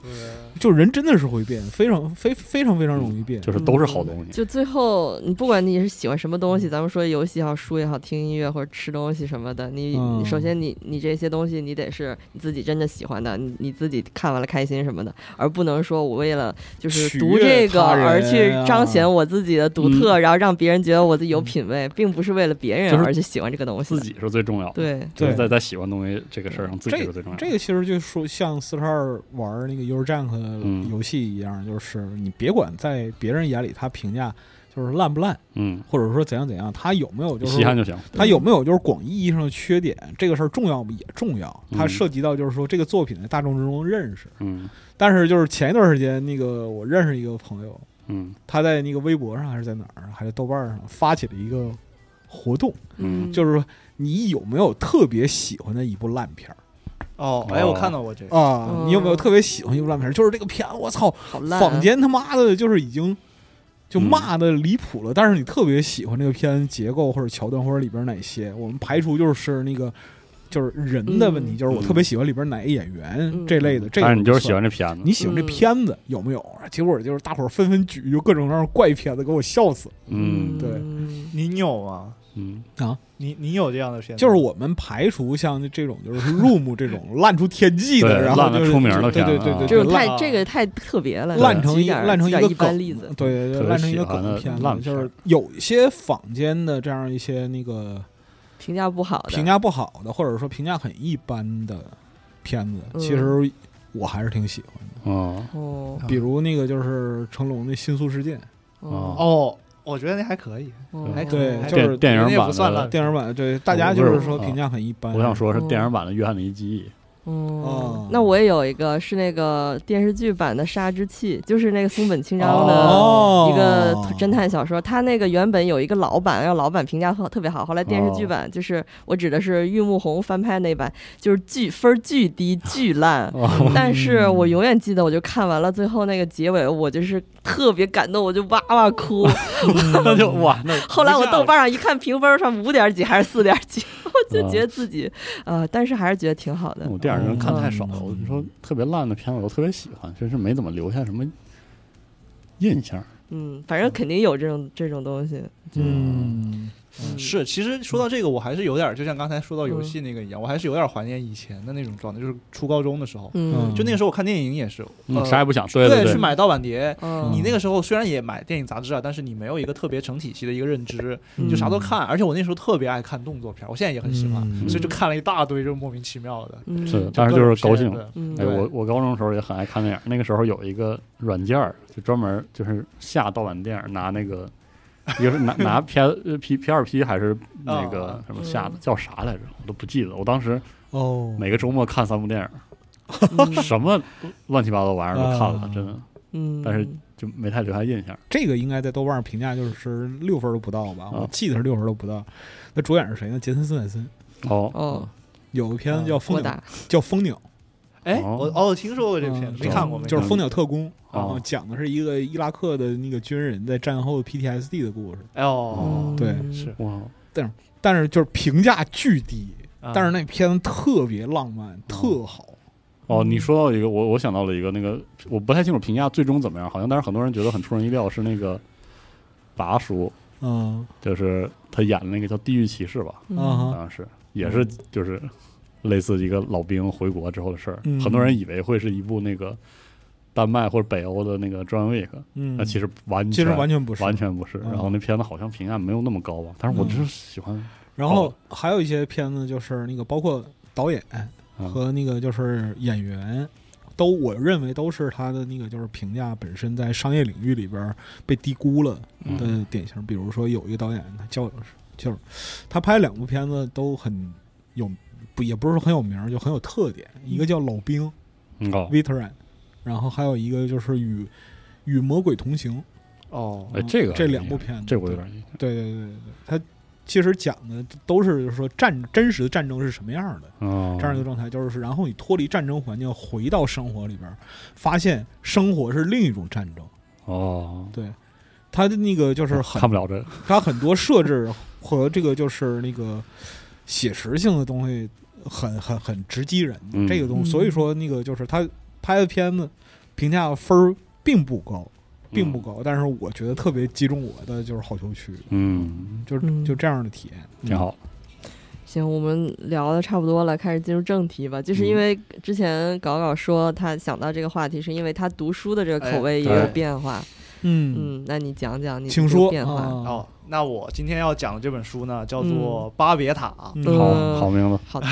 就人真的是会变，非常非非常非常容易变。就是都是好东西。就最后，你不管你是喜欢什么东嗯西，咱们说游戏也好、书也好、听音乐或者吃东西什么的，你、嗯你首先你你这些东西你得是你自己真正喜欢的，你你自己看完了开心什么的，而不能说我为了就是取读悦这个他人而去啊嗯彰显我自己的独特，然后让别人觉得我自己有品位，并不是为了别人就是而去喜欢这个东西自的。己是最重要的，对，就是对在在喜欢东西这个事儿上，自己这是最重要的。这个其实就说像四十二玩那个 Euro Junk 嗯游戏一样，就是你别管在别人眼里他评价就是烂不烂，嗯，或者说怎样怎样，它有没有就是稀罕就行。它有没有就是广义意义上的缺点？这个事儿重要也重要，它嗯涉及到就是说这个作品的大众之中认识。嗯但是就是前一段时间，那个我认识一个朋友，嗯他在那个微博上还是在哪儿，还是豆瓣上发起了一个活动，嗯就是说你有没有特别喜欢的一部烂片儿 哦，哦哎，我看到过这个，啊嗯？你有没有特别喜欢一部烂片儿？就是这个片子，我操，好烂、啊，坊间他妈的就是已经。就嗯骂的离谱了，但是你特别喜欢这个片结构或者桥段或者里边哪些，我们排除就是那个就是人的问题，嗯就是我特别喜欢里边哪个演员、嗯这类的，这但个是你就是喜欢欢。这片子，你喜欢这片子有没有？结果就是大伙儿纷纷举就各种各样的怪片子，给我笑死。嗯对你有吗？嗯你你有这样的片子？就是，我们排除像这种就是 Room 这种 烂出天际的，对然后烂得就是出名的对片对子对啊对，这种对烂太这个太特别了，烂成举一点烂成一举个点一般梗例子，对对特对，别烂成一喜个欢梗的片烂子，就片是有一些坊间的这样一些那个评价不好的，评价不好的，或者说评价很一般的片子，嗯其实我还是挺喜欢的。哦，哦比如那个就是成龙的《新宿事件哦哦，我觉得那还可以，哦，还可对还可以就是电电那影也版不算的烂，，电影版，对大家就是说啊评价很一般。我想说是嗯电影版的《约翰尼记忆》，哦嗯哦，那我也有一个是那个电视剧版的《杀之气》，就是那个松本清张的哦，呃一个侦探小说。他那个原本有一个老版，让老版评价特特别好，后来电视剧版就是我指的是玉木宏翻拍那版，就是巨分儿巨低巨 烂。哦，但是我永远记得，我就看完了最后那个结尾，我就是特别感动，我就哇哇 哭。 那就哇，那后来我豆瓣上一看评分上五点几还是四点几， 我哦就觉得自己呃，但是还是觉得挺好的。我电影人看太少了，嗯我你说特别烂的片子我都特别喜欢，真是没怎么留下什么印象。嗯，反正肯定有这种这种东西。嗯，嗯是，其实说到这个，我还是有点儿，就像刚才说到游戏那个一样，我还是有点儿怀念以前的那种状态，就是初高中的时候，嗯嗯就那个时候我看电影也是，嗯，呃啥也不想，对去对，买盗版碟。嗯，你那个时候虽然也买电影杂志啊，但是你没有一个特别成体系的一个认知，嗯就啥都看。而且我那时候特别爱看动作片，我现在也很喜欢，嗯所以就看了一大堆，就莫名其妙的。嗯是，但是就是高兴。各种片嗯哎，我我高中的时候也很爱看电影，那个时候有一个软件儿，就专门就是下盗版电影，拿那个，一个是拿拿 P P P 二 P 还是那个啊什么下的嗯叫啥来着，我都不记得。我当时哦，每个周末看三部电影， 嗯什么乱七八糟玩意儿都看了啊，真的嗯，啊但是就没太留下印象。这个应该在豆瓣上评价就是六分都不到吧？啊我记得是六分都不到。那主演是谁呢？杰森斯坦森。哦，哦，有个片子叫《我蜂鸟》，打叫《蜂鸟哎，哦我哦，听说过这片嗯，没看过，没看过就是蜂鸟特工，哦然后讲的是一个伊拉克的那个军人在战后 PTSD 的故事，哎呦嗯，对是，哇，哦但是就是评价巨低，啊嗯但是那片子特别浪漫，特好。哦，你说到一个，我我想到了一个，那个我不太清楚评价最终怎么样，好像但是很多人觉得很出人意料，是那个拔叔，嗯就是他演的那个叫《地狱骑士》吧，嗯啊好哈，像是，也是嗯就是类似一个老兵回国之后的事儿，嗯很多人以为会是一部那个丹麦或者北欧的那个 John Wick，嗯，那其实完全其实完全不是。完全不是。嗯然后那片子好像评价没有那么高吧，但是我就是喜欢然哦后还有一些片子就是那个包括导演嗯和那个就是演员。都，我认为都是他的那个，就是评价本身在商业领域里边儿被低估了嗯的典型。比如说有一个导演，他叫就是他拍两部片子都很有，不也不是说很有名儿，就很有特点。一个叫《老兵》嗯哦， （Veteran），然后还有一个就是与《与魔鬼同行》哦，哎，这个这两部片子，这我有点印象，对对对对对，他其实讲的都是就是说战真实的战争是什么样的，哦，这样一个状态，就是然后你脱离战争环境回到生活里边儿，发现生活是另一种战争。哦，对，他的那 个就是很看不了这个，它很多设置和这个就是那个写实性的东西很很很直击人，嗯这个东嗯西，所以说那个就是他拍的片子评价分儿并不高，并不高，但是我觉得特别击中我的就是好球区，嗯，就嗯就这样的体验，挺好。行，我们聊的差不多了，开始进入正题吧。就是嗯因为哎之前搞搞说他想到这个话题，是因为他读书的这个口味也有变化。嗯，嗯，那你讲讲你请这个说变化。啊，哦，那我今天要讲的这本书呢，叫做《巴别塔》，啊嗯嗯呃好好名字，好的，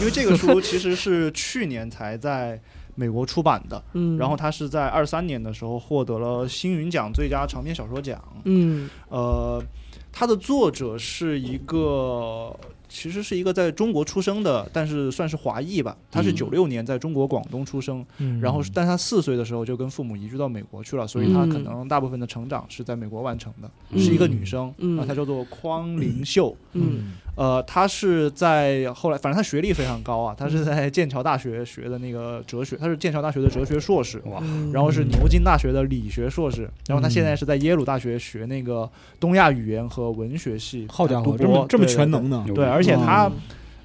因为这个书其实是去年才在美国出版的，嗯，然后它是在二三年的时候获得了星云奖最佳长篇小说奖。嗯呃，它的作者是一个，其实是一个在中国出生的，但是算是华裔吧。他是嗯九六年在中国广东出生，嗯嗯然后但他四岁的时候就跟父母移居到美国去了，所以他可能大部分的成长是在美国完成的。嗯是一个女生，嗯啊，她叫做匡玲秀。嗯呃，她是在后来，反正她学历非常高啊，她嗯是在剑桥大学学的那个哲学，她是剑桥大学的哲学硕士，哇，嗯，然后是牛津大学的理学硕士，然后她嗯现在是在耶鲁大学学那个东亚语言和文学系，好家读博伙，这么这么对全。对能呢牛，对逼对，而且她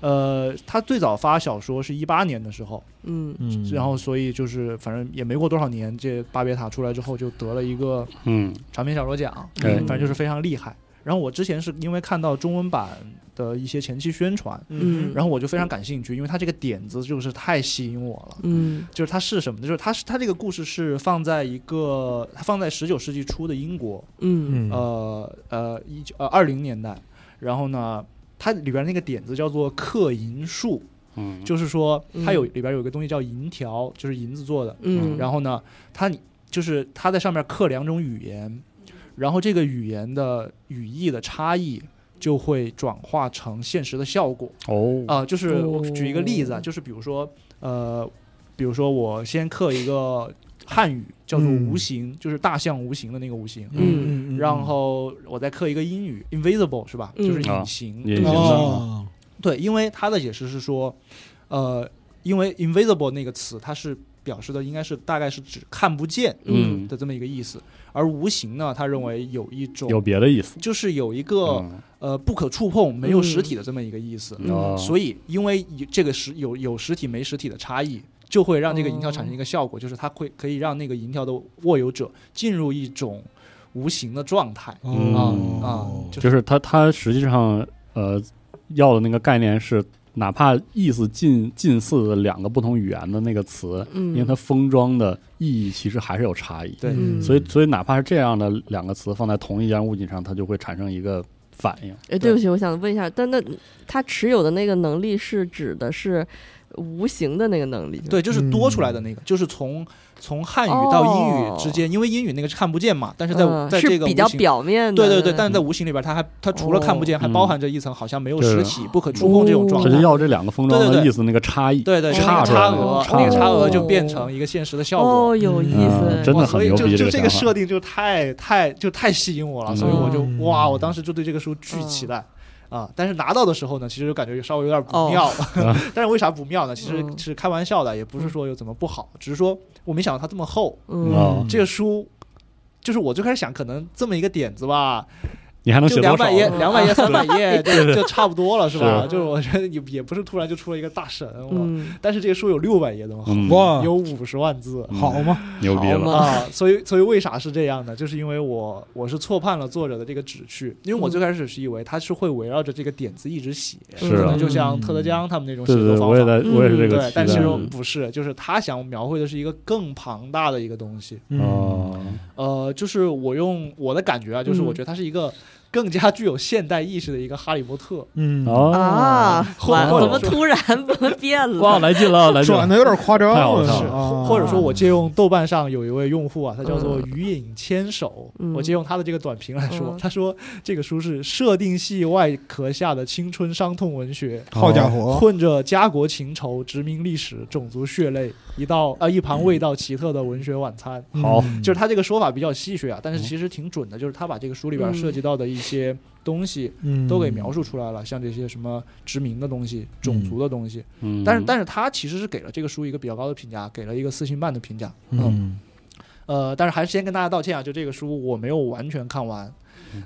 嗯呃，她最早发小说是一八年的时候，嗯嗯然后所以就是反正也没过多少年，这巴别塔出来之后就得了一个嗯，长篇小说奖，哎嗯反正就是非常厉害。然后我之前是因为看到中文版的一些前期宣传，嗯，然后我就非常感兴趣，因为它这个点子就是太吸引我了。嗯就是它是什么呢？就是它是它这个故事是放在一个它放在十九世纪初的英国，嗯嗯呃呃一九呃二零年代，然后呢，它里边那个点子叫做刻银术，嗯，就是说它有嗯里边有一个东西叫银条，就是银子做的，嗯，然后呢，它就是它在上面刻两种语言，然后这个语言的语义的差异就会转化成现实的效果哦，啊、就是我哦举一个例子啊，就是比如说呃，比如说我先刻一个汉语叫做嗯无形，就是大象无形的那个无形。嗯嗯然后我再刻一个英语 invisible 是吧？就是嗯隐形，隐对形吧哦，对，因为他的解释是说，呃，因为 invisible 那个词，它是表示的应该是大概是指看不见嗯嗯的，这么一个意思，而无形呢，他认为有一种有别的意思，就是有一个、嗯呃不可触碰、没有实嗯体的这么一个意思，嗯哦所以因为有这个实有有实体没实体的差异。就会让这个银条产生一个效果，就是它会可以让那个银条的握有者进入一种无形的状态嗯啊啊哦，就就是它它实际上呃要的那个概念是，哪怕意思近近似的两个不同语言的那个词，嗯，因为它封装的意义其实还是有差异。对嗯所以所以哪怕是这样的两个词放在同一件物品上，它就会产生一个反应。哦哎，对不起，我想问一下，但那他持有的那个能力是指的是无形的那个能力？，对，就是多出来的那嗯个，就是从从汉语到英语之间，因为英语那个是看不见嘛，但是在、哦嗯、在这个是比较无形表面的，嗯哦对对对，但是在无形里边，它还它除了看不见，还包含着一层好像没有实嗯体、不可触碰这种状它态。就要这两个封装对对的对意思那个差异。对对，哦就那个差出差来的额，差那个差额哦就变成一个现实的效果。哦，有意嗯思，真哇的很所以牛就逼这就个这想个法设定就太太就太吸引我了，所以我就嗯哇，我当时就对这个书巨期待嗯啊！但是拿到的时候呢，其实就感觉稍微有点不 妙。但是为啥不妙呢？其实哦嗯是开玩笑的，也不是说有怎么不好，只是说我没想到它这么厚。嗯，哦这个书就是我最开始想，可能这么一个点子吧，你还能就写两多百少？啊页、嗯两百页、三 百页，就就差不多了，是吧？是就是我觉得也也不是突然就出了一个大神，我嗯，但是这个书有六百页的嘛，嗯，哇，有五十万字。嗯好嘛，牛逼好了！嘛 啊，所以所以为啥是这样呢？就是因为我我是错判了作者的这个旨趣，因为我嗯最开始是以为他是会围绕着这个点子一直写，是啊可能就像特德·江他们那种写作对对，方法，嗯我也在，我也是这个对期待哦但的。其实不是，就是他想描绘的是一个更庞大的一个东西，嗯，哦，呃，就是我用我的感觉啊，就是嗯我觉得它是一个更加具有现代意识的一个《哈利波特》嗯，哦啊，完了，或者怎么说 突然变 哇，了？来劲了，来劲转了！的有点夸张太好了，了是啊或者说我借用豆瓣上有一位用户啊，他叫做嗯鱼影牵手，嗯我借用他的这个短评来说，嗯他说这个书是设定系外壳下的青春伤痛文学。好家伙，混着家国情仇、殖民历史、种族血泪，一道啊一盘味道奇特的文学晚餐。好嗯就是他这个说法比较戏谑啊，但是其实挺准的，就是他把这个书里边嗯涉及到的一些东西嗯都给描述出来了，像这些什么殖民的东西、种族的东西。嗯但是，但是他其实是给了这个书一个比较高的评价，给了一个四星半的评价。嗯，呃，但是还是先跟大家道歉啊，就这个书我没有完全看完。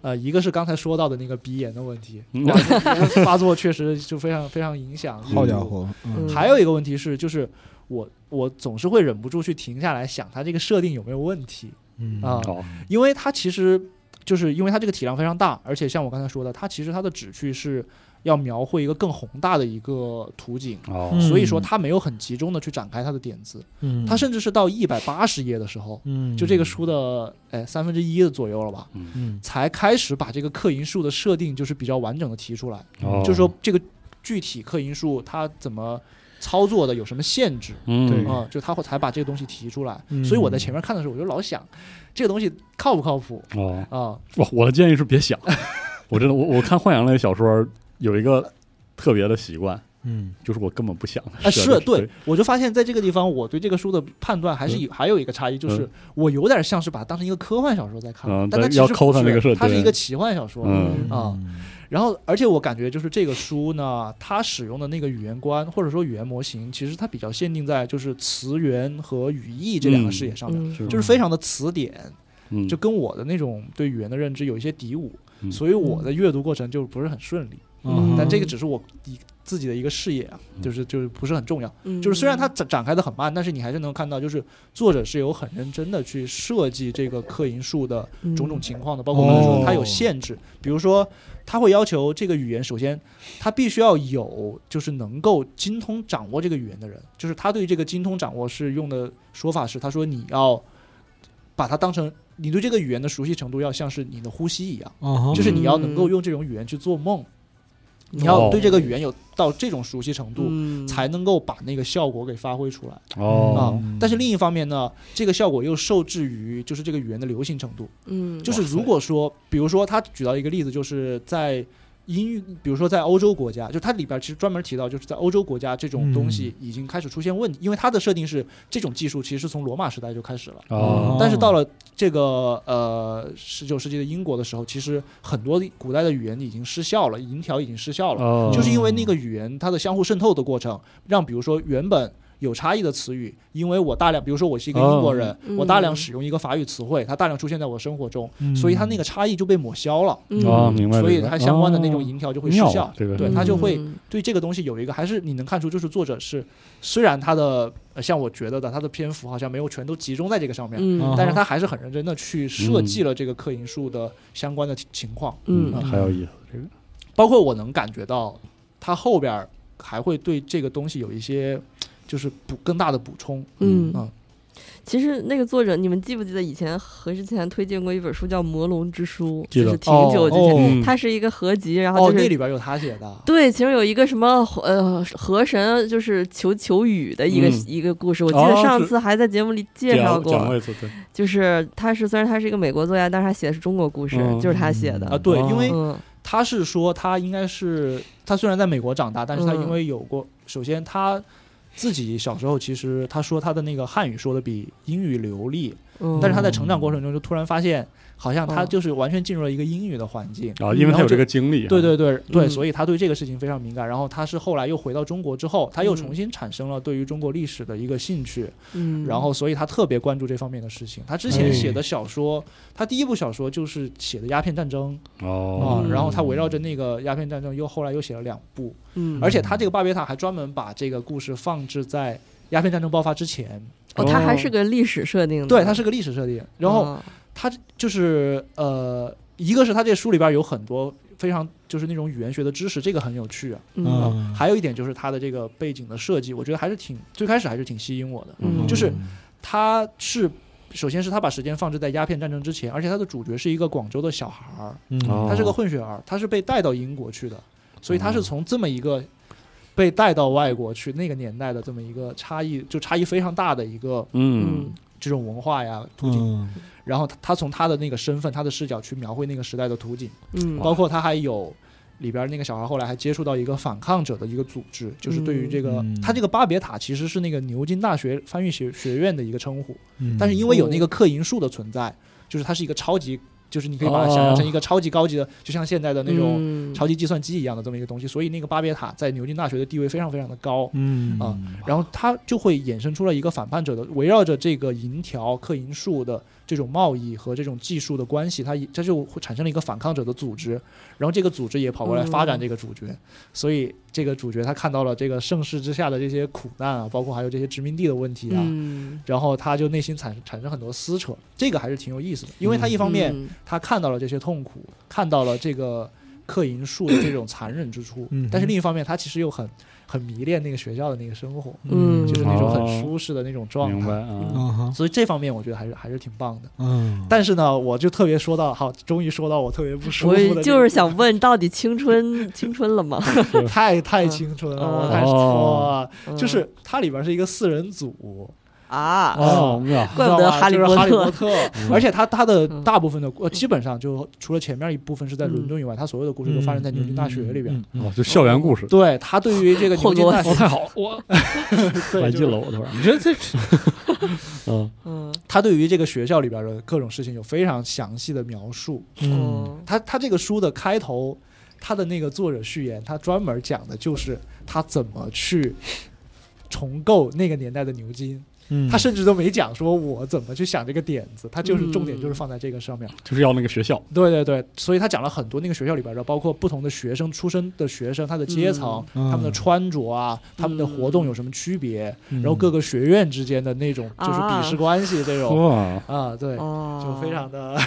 呃，一个是刚才说到的那个鼻炎的问题，嗯 哇这个发作 确实就非常非常影响。好家！伙，嗯嗯还有一个问题是，就是我我总是会忍不住去停下来想它这个设定有没有问题，嗯啊哦，因为它其实就是因为它这个体量非常大，而且像我刚才说的，它其实它的旨趣是要描绘一个更宏大的一个图景，哦，嗯所以说他没有很集中的去展开他的点子，嗯，他甚至是到一百八十页的时候，嗯，就这个书的哎三分之一的左右了吧，嗯，才开始把这个克银术的设定就是比较完整的提出来，哦就是说这个具体克银术它怎么操作的，有什么限制。嗯，对啊、就他会才把这个东西提出来，嗯所以我在前面看的时候，我就老想，这个东西靠不靠谱哦，啊？我我的建议是别想， 我真的我我看幻想类小说有一个特别的习惯，嗯就是我根本不想啊，是对对，，我就发现在这个地方，我对这个书的判断还是嗯有还有一个差异，就是我有点像是把它当成一个科幻小说在看嗯，但它但其要实抠它不那个是设它是定一个奇幻小说。嗯啊，然后，而且我感觉就是这个书呢，它使用的那个语言观或者说语言模型，其实它比较限定在就是词源和语义这两个视野上面，嗯是就是非常的词典，嗯，就跟我的那种对语言的认知有一些抵触，嗯所以我的阅读过程就不是很顺利。嗯但这个只是我一自己的一个视野啊，嗯就是就是不是很重要。嗯就是虽然它展展开的很慢，但是你还是能看到，就是作者是有很认真的去设计这个刻银术的嗯种种情况的，包括刚才说它有限制，比如说他会要求这个语言，首先他必须要有就是能够精通掌握这个语言的人，就是他对这个精通掌握是用的说法是，他说你要把它当成你对这个语言的熟悉程度要像是你的呼吸一样，啊，就是你要嗯能够用这种语言去做梦，你哦要对这个语言有到这种熟悉程度。嗯才能够把那个效果给发挥出来哦，啊！但是另一方面呢，这个效果又受制于就是这个语言的流行程度。嗯就是如果说，比如说他举到一个例子，就是在英语，比如说在欧洲国家，就它里边其实专门提到，就是在欧洲国家这种东西嗯已经开始出现问题，因为它的设定是这种技术其实是从罗马时代就开始了。哦，但是到了这个呃十九世纪的英国的时候，其实很多古代的语言已经失效了，银条已经失效了，哦嗯就是因为那个语言它的相互渗透的过程，让比如说原本有差异的词语，因为我大量，比如说我是一个英国人，嗯我大量使用一个法语词汇，它大量出现在我生活中，嗯所以它那个差异就被抹消了，嗯啊，明白了，所以它相关的那种哦银条就会失妙啊效。这个对嗯它就会对这个东西有一个，还是你能看出，就是作者是虽然他的、呃像我觉得的，他的篇幅好像没有全都集中在这个上面，嗯但是他还是很认真的去设嗯计了这个刻银术的相关的情况，嗯还有意思，这个包括我能感觉到他后边儿还会对这个东西有一些就是补更大的补充。嗯嗯其实那个作者，你们记不记得以前何之前推荐过一本书叫《魔龙之书》，记就得是挺久之前，嗯它是一个合集，然后哦，啊就那是里边有他写的，对，其中有一个什么呃河神，就是求求雨的一个、嗯一个故事，我记得哦上是次还在节目里介绍讲过，讲过一次，对，就是他是虽然他是一个美国作家，但是他写的是中国故事，嗯就是他写的啊，对，哦因为嗯他是说他应该是他虽然在美国长大，但是他嗯因为有过，首先他自己小时候其实他说他的那个汉语说的比英语流利，嗯，但是他在成长过程中就突然发现，好像他嗯就是完全进入了一个英语的环境。啊，因为然他后有这就个经历，对，对对对，嗯所以他对这个事情非常敏感。然后他是后来又回到中国之后，他又重新产生了对于中国历史的一个兴趣。嗯，然后，所以他特别关注这方面的事情。他之前哎写的小说，他第一部小说就是写的鸦片战争啊哦，，然后他围绕着那个鸦片战争又后来又写了两部，嗯，而且他这个巴别塔还专门把这个故事放置在鸦片战争爆发之前。哦，他还是个历史设定的，对，它是个历史设定。然后哦他就是呃，一个是他这书里边有很多非常就是那种语言学的知识，这个很有趣啊。嗯嗯啊还有一点就是他的这个背景的设计，我觉得还是挺最开始还是挺吸引我的。嗯就是他是首先是他把时间放置在鸦片战争之前，而且他的主角是一个广州的小孩儿，嗯哦他是个混血儿，他是被带到英国去的，所以他是从这么一个。被带到外国去那个年代的这么一个差异，就差异非常大的一个嗯嗯，这种文化呀途径，嗯然后他他从他的那个身份、他的视角去描绘那个时代的图景，嗯，哇包括他还有里边那个小孩后来还接触到一个反抗者的一个组织，就是对于这个、嗯他这个巴别塔其实是那个牛津大学翻译学学院的一个称呼，嗯，但是因为有那个刻银术的存在，就是它是一个超级，就是你可以把它想哦象成一个超级高级的，就像现在的那嗯种种超级计算机一样的这么一个东西，所以那个巴别塔在牛津大学的地位非常非常的高。嗯啊然后它就会衍生出了一个反叛者的，围绕着这个银条、刻银术的这种贸易和这种技术的关系，它也它就会产生了一个反抗者的组织，然后这个组织也跑过来发嗯展这个主角，所以这个主角他看到了这个盛世之下的这些苦难啊，包括还有这些殖民地的问题啊，嗯，然后他就内心产产生很多撕嗯扯，这个还是挺有意思的，因为他一一方面他看到了这些痛苦，看到了这个。克银术的这种残忍之处。嗯哼但是另一方面，他其实又很很迷恋那个学校的那个生活，嗯就是那种哦很舒适的那种状明白态。啊，嗯哼所以这方面我觉得还是还是挺棒的。嗯，但是呢，我就特别说到，好，终于说到我特别不舒服的地我方，就是想问，到底青春 青春了吗？太太青春了，嗯我太哇哦， 啊就是它里边是一个四人组，啊，哦，哇怪不得哈哈利就是波哈利特 波特，而且它它的嗯大部分的呃，基本上就除了前面一部分是在伦敦以外，它所有的故事都发生在牛津大学里边。嗯，嗯哦，就校园故事，对他对于 这个牛津大学哦，，太好，我对来就是劲了，我突然，你这这 嗯，嗯他对于这个学校里边的各种事情有非常详细的描述。嗯嗯他他这个书的开头，他的那个作者序言，他专门讲的就是他怎么去重构那个年代的牛津。嗯，他甚至都没讲说我怎么去想这个点子，他就是嗯重点就是放在这个上面。就是要那个学校，对对对，所以他讲了很多那个学校里边的，包括不同的学生出身的学生，他的阶层、嗯他们的穿着啊、他们的活动有什么区别，嗯啊然后各个学院之间的那种就是鄙视关系这种哇，啊对。哦，就非常 的，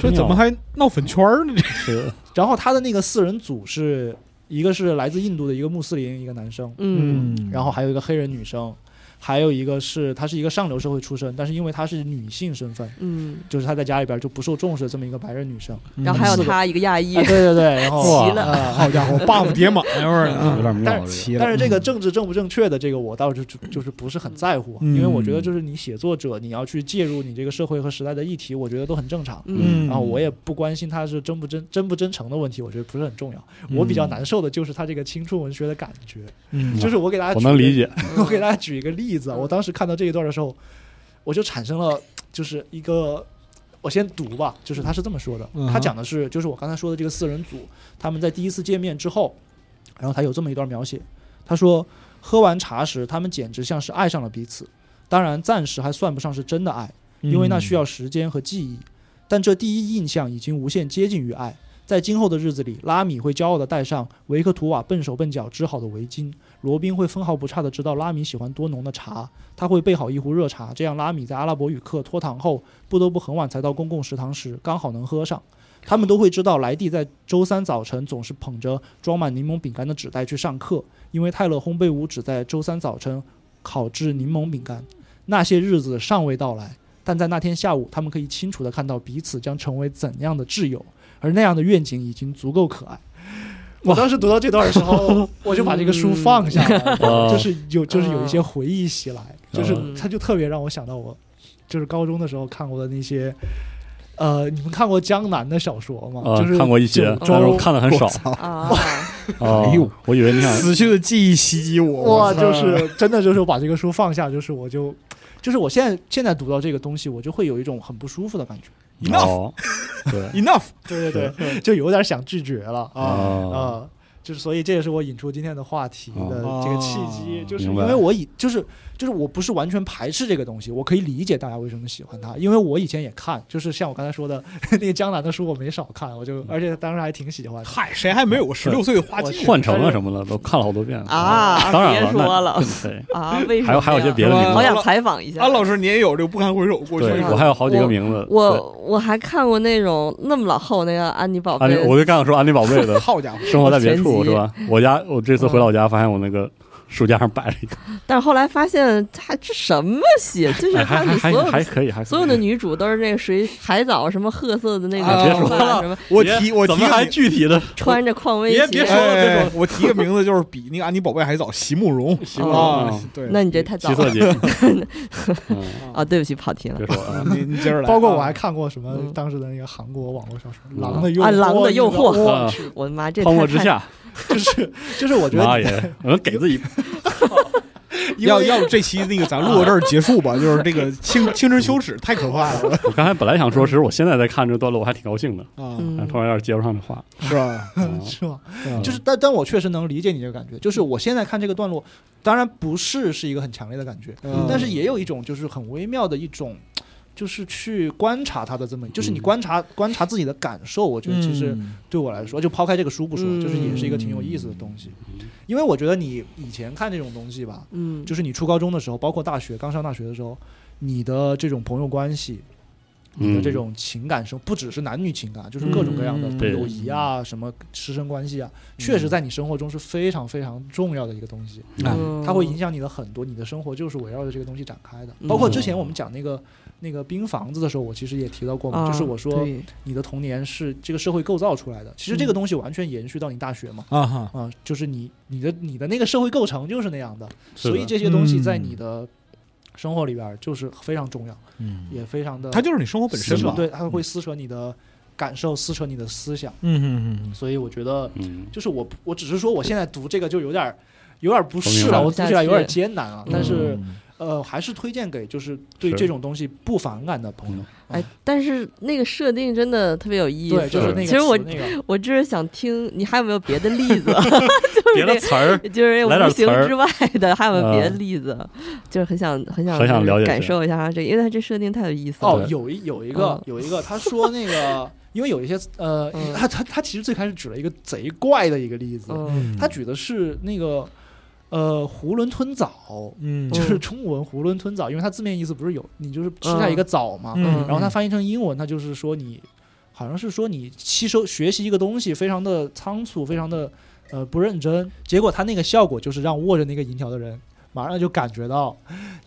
这怎么还闹粉圈儿呢？这是然后他的那个四人组是一个是来自印度的一个穆斯林一个男生，嗯然后还有一个黑人女生，还有一个是她是一个上流社会出身，但是因为她是女性身份，嗯，就是她在家里边就不受重视的这么一个白人女生。然后还有四个他一个亚裔啊、对，对对，然后哇齐了啊好家伙，buff 叠满一会儿哎有点妙但，这齐了但是这个政治正不正确的这个，我倒是就就是不是很在乎，啊嗯因为我觉得就是你写作者，你要去介入你这个社会和时代的议题，我觉得都很正常。嗯嗯然后我也不关心他是真不真真不真诚的问题，我觉得不是很重要。嗯我比较难受的就是他这个青春文学的感觉，嗯就是我给大家个我举能个理，解，我给大家举一个例子啊，我当时看到这一段的时候，我就产生了就是一个，我先读吧，就是他是这么说的嗯，哼他讲的是就是我刚才说的这个四人组，他们在第一次见面之后，然后他有这么一段描写，他说喝完茶时，他们简直像是爱上了彼此，当然暂时还算不上是真的爱，因为那嗯需要时间和记忆，但这第一印象已经无限接近于爱。在今后的日子里，拉米会骄傲地戴上维克图瓦笨手笨脚织好的围巾，罗宾会分毫不差地知道拉米喜欢多浓的茶，他会备好一壶热茶，这样拉米在阿拉伯语课拖堂后，不得不很晚才到公共食堂时，刚好能喝上。他们都会知道莱蒂在周三早晨总是捧着装满柠檬饼干的纸袋去上课，因为泰勒烘焙屋只在周三早晨烤制柠檬饼干。那些日子尚未到来，但在那天下午，他们可以清楚地看到彼此将成为怎样的挚友，而那样的愿景已经足够可爱。我当时读到这段的时候，我就把这个书放下了，嗯就是有就是有一些回忆袭来，嗯就是它就特别让我想到我就是高中的时候看过的那些，呃，你们看过江南的小说吗？啊就是，看过一些，九但是我州看的很少，嗯啊，啊哎呦，我以为你想死去的记忆袭击我，哇，我操就是真的就是我把这个书放下，就是我就，就是我现在现在读到这个东西，我就会有一种很不舒服的感觉。 Enough 哦， 对 enough，对对对，就有点想拒绝了啊啊、啊，就是所以这也是我引出今天的话题的这个契机，哦就是因明白为我以就是就是我不是完全排斥这个东西，我可以理解大家为什么喜欢它，因为我以前也看，就是像我刚才说的 那个江南的书我没少看，我就嗯而且当时还挺喜欢的。嗨，谁还没有个十六岁的花季？换乘啊什么的都看了好多遍哦啊当然别说了了，那嗯对，啊，为什么呀？还有还有一些别的名嗯好字，想采访一下啊安老师，你也有这个不堪回首过去对啊我还有好几个名字，我我还看过那种那么老厚那个安妮宝对安妮，贝，我就刚想说安妮宝贝的《好家伙，生活在别处全》集是吧？我家我这次回老家，发现我那个书架上摆了一 个，但是后来发现他这什么写，就是哎还他你还所还有还的可以，还可以所有的女主都是那个谁海藻什么褐色的那个啊别头说发什么我提我提怎么个还名具体的？穿着匡威别鞋，别说了，别说了，我提个名字就是比那个安妮宝贝还早，席慕容席慕容啊嗯，对，那你这哦太早七色了 姐，嗯，啊！对不起，跑题了别说了，你你接着来，包括我还看过什么嗯当时的那个韩国网络小说《嗯狼的诱惑》啊狼的诱惑你知道吗啊我的妈，这泡沫太之太下，就是 就是我觉妈得你耶，我能给自己因要为要不这期那个咱录到这儿结束吧，就是这个青青春羞耻太可怕了我刚才本来想说，其实我现在在看这段落，我还挺高兴的，啊，但嗯突然有点接不上这话。是吧？嗯是吧？嗯就是，但但我确实能理解你这个感觉，就是我现在看这个段落，当然不是是一个很强烈的感觉，嗯但是也有一种就是很微妙的一种，就是去观察它的这么，就是你嗯观察、观察自己的感受，我觉得其实嗯对我来说，就抛开这个书不说，嗯就是也是一个挺有意思的东西，因为我觉得你以前看这种东西吧，嗯，就是你初高中的时候，包括大学刚上大学的时候，你的这种朋友关系。你的嗯这种情感生，不只是男女情感，就是各种各样的嗯对友谊啊、什么师生关系啊，确实在你生活中是非常非常重要的一个东西，哎嗯它会影响你的很多，你的生活就是围绕着这个东西展开的嗯。包括之前我们讲那个那个冰房子的时候，我其实也提到过嘛，啊就是我说对你的童年是这个社会构造出来的，其实嗯这个东西完全延续到你大学嘛。啊哈，啊、就是你你的你的那个社会构成就是那样的，是所以的这些东西在你的生活里边儿就是非常重要，嗯，也非常的它就是你生活本撕身扯，吧，对，它会撕扯你的感受，撕扯你的思想。嗯嗯嗯所以我觉得，嗯，就是我我只是说我现在读这个就有点儿有点儿不适我明白了，我读起来有点儿艰难啊嗯。但是呃，还是推荐给就是对是这种东西不反感的朋友。嗯哎，但是那个设定真的特别有意思。对，就是那个其实我词那 个我只是想听你还有没有别的例 子，别的词儿，就是来点无形词儿之外的，还有没有别的例子？就是很想很想很想了解一下感受一下这个，因为它这设定太有意思了。哦，对有一有一个嗯有一个，他说那个，因为有一些呃嗯，他他他其实最开始举了一个贼怪的一个例子，嗯嗯，他举的是那个呃囫囵吞枣， 嗯就是中文囫囵吞枣，因为它字面意思不是有你就是吃下一个枣嘛，嗯然后它翻译成英文，它就是说你好像是说你吸收学习一个东西非常的仓促，非常的呃不认真，结果它那个效果就是让握着那个银条的人马上就感觉到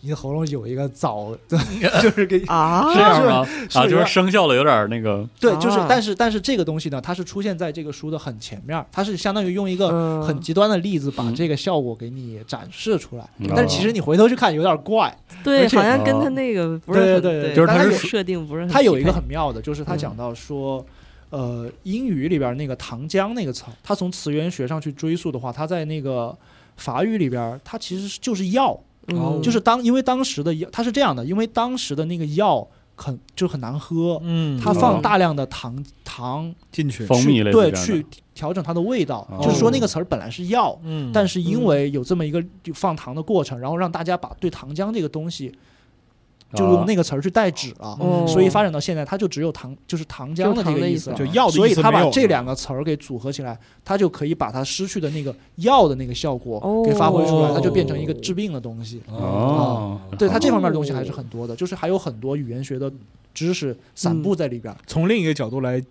你的喉咙有一个枣， 就是给 啊这，样吗？是啊，就是是生效了，有点那个，对，就是啊但是但是这个东西呢，它是出现在这个书的很前面儿，它是相当于用一个。嗯很极端的例子把嗯这个效果给你展示出来，嗯但是其实你回头去看有点怪，对，而且好哦像跟他那个不是对很对对对，就是它它那个是设定嗯不是嗯很他有一个匹配很妙的，就是他讲到说，呃，英语里边那个糖浆那个词，它从词源学上去追溯的话，它在那个法语里边，它其实是就是药，哦嗯就是当因为当时的药，它是这样的，因为当时的那个药很就很难喝，嗯，它嗯放大量的糖糖进去，蜂蜜类似对这样的去调整它的味道，哦就是说那个词儿本来是药，嗯，但是是因为有这么一个就放糖的过程，然后让大家把对糖浆这个东西哦就用那个词儿去代指了。嗯哦所以发展到现在，它就只有糖，就是糖浆的这个意思了。就药的意思所以他没把有这两个词儿给组合起来，它就可以把它失去的那个药的那个效哦果给发挥出来，它就变成一个治病的东西。啊哦，对它这方面的东西还是很多的，就是还有很多语言学的知识散布在里边儿。从另一个角度来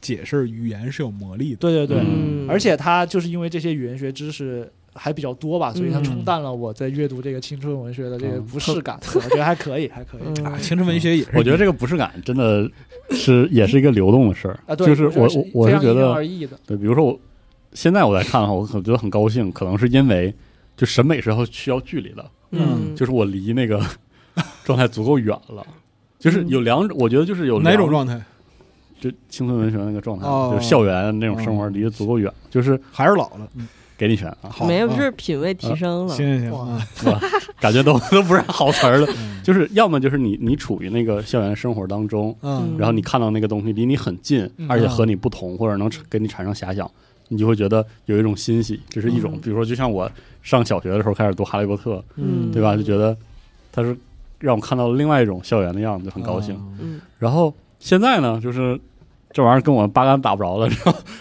解释，语言是有魔力的，对对对，嗯，而且它就是因为这些语言学知识。还比较多吧，所以它冲淡了我在阅读这个青春文学的这个嗯不适感，我觉得还可以，还可以。嗯啊，青春文学也是，我觉得这个不适感真的是也是一个流动的事儿啊，对，就是我是我我非是常觉因人得而，异的，对，比如说我现在我在看的话，我可觉得很高兴，可能是因为就审美是要需要距离的，嗯就是我离那个状态足够远了，就是有两种，我觉得就是有哪两种状态就青春文学那个状态，哦就是校园那种生活嗯离得足够远，就是还是老了，嗯给你选啊，好，没有，啊就是品味提升了，行行行，哇啊感觉都都不是好词儿了，嗯就是要么就是你你处于那个校园生活当中，嗯嗯然后你看到那个东西离你很近，嗯而且和你不同，或者能给你产生遐想，你就会觉得有一种欣喜，这是一种嗯，比如说就像我上小学的时候开始读《哈利波特》，嗯对吧？就觉得它是让我看到了另外一种校园的样子，就很高兴。嗯嗯，然后现在呢，就是这玩意儿跟我八竿打不着了，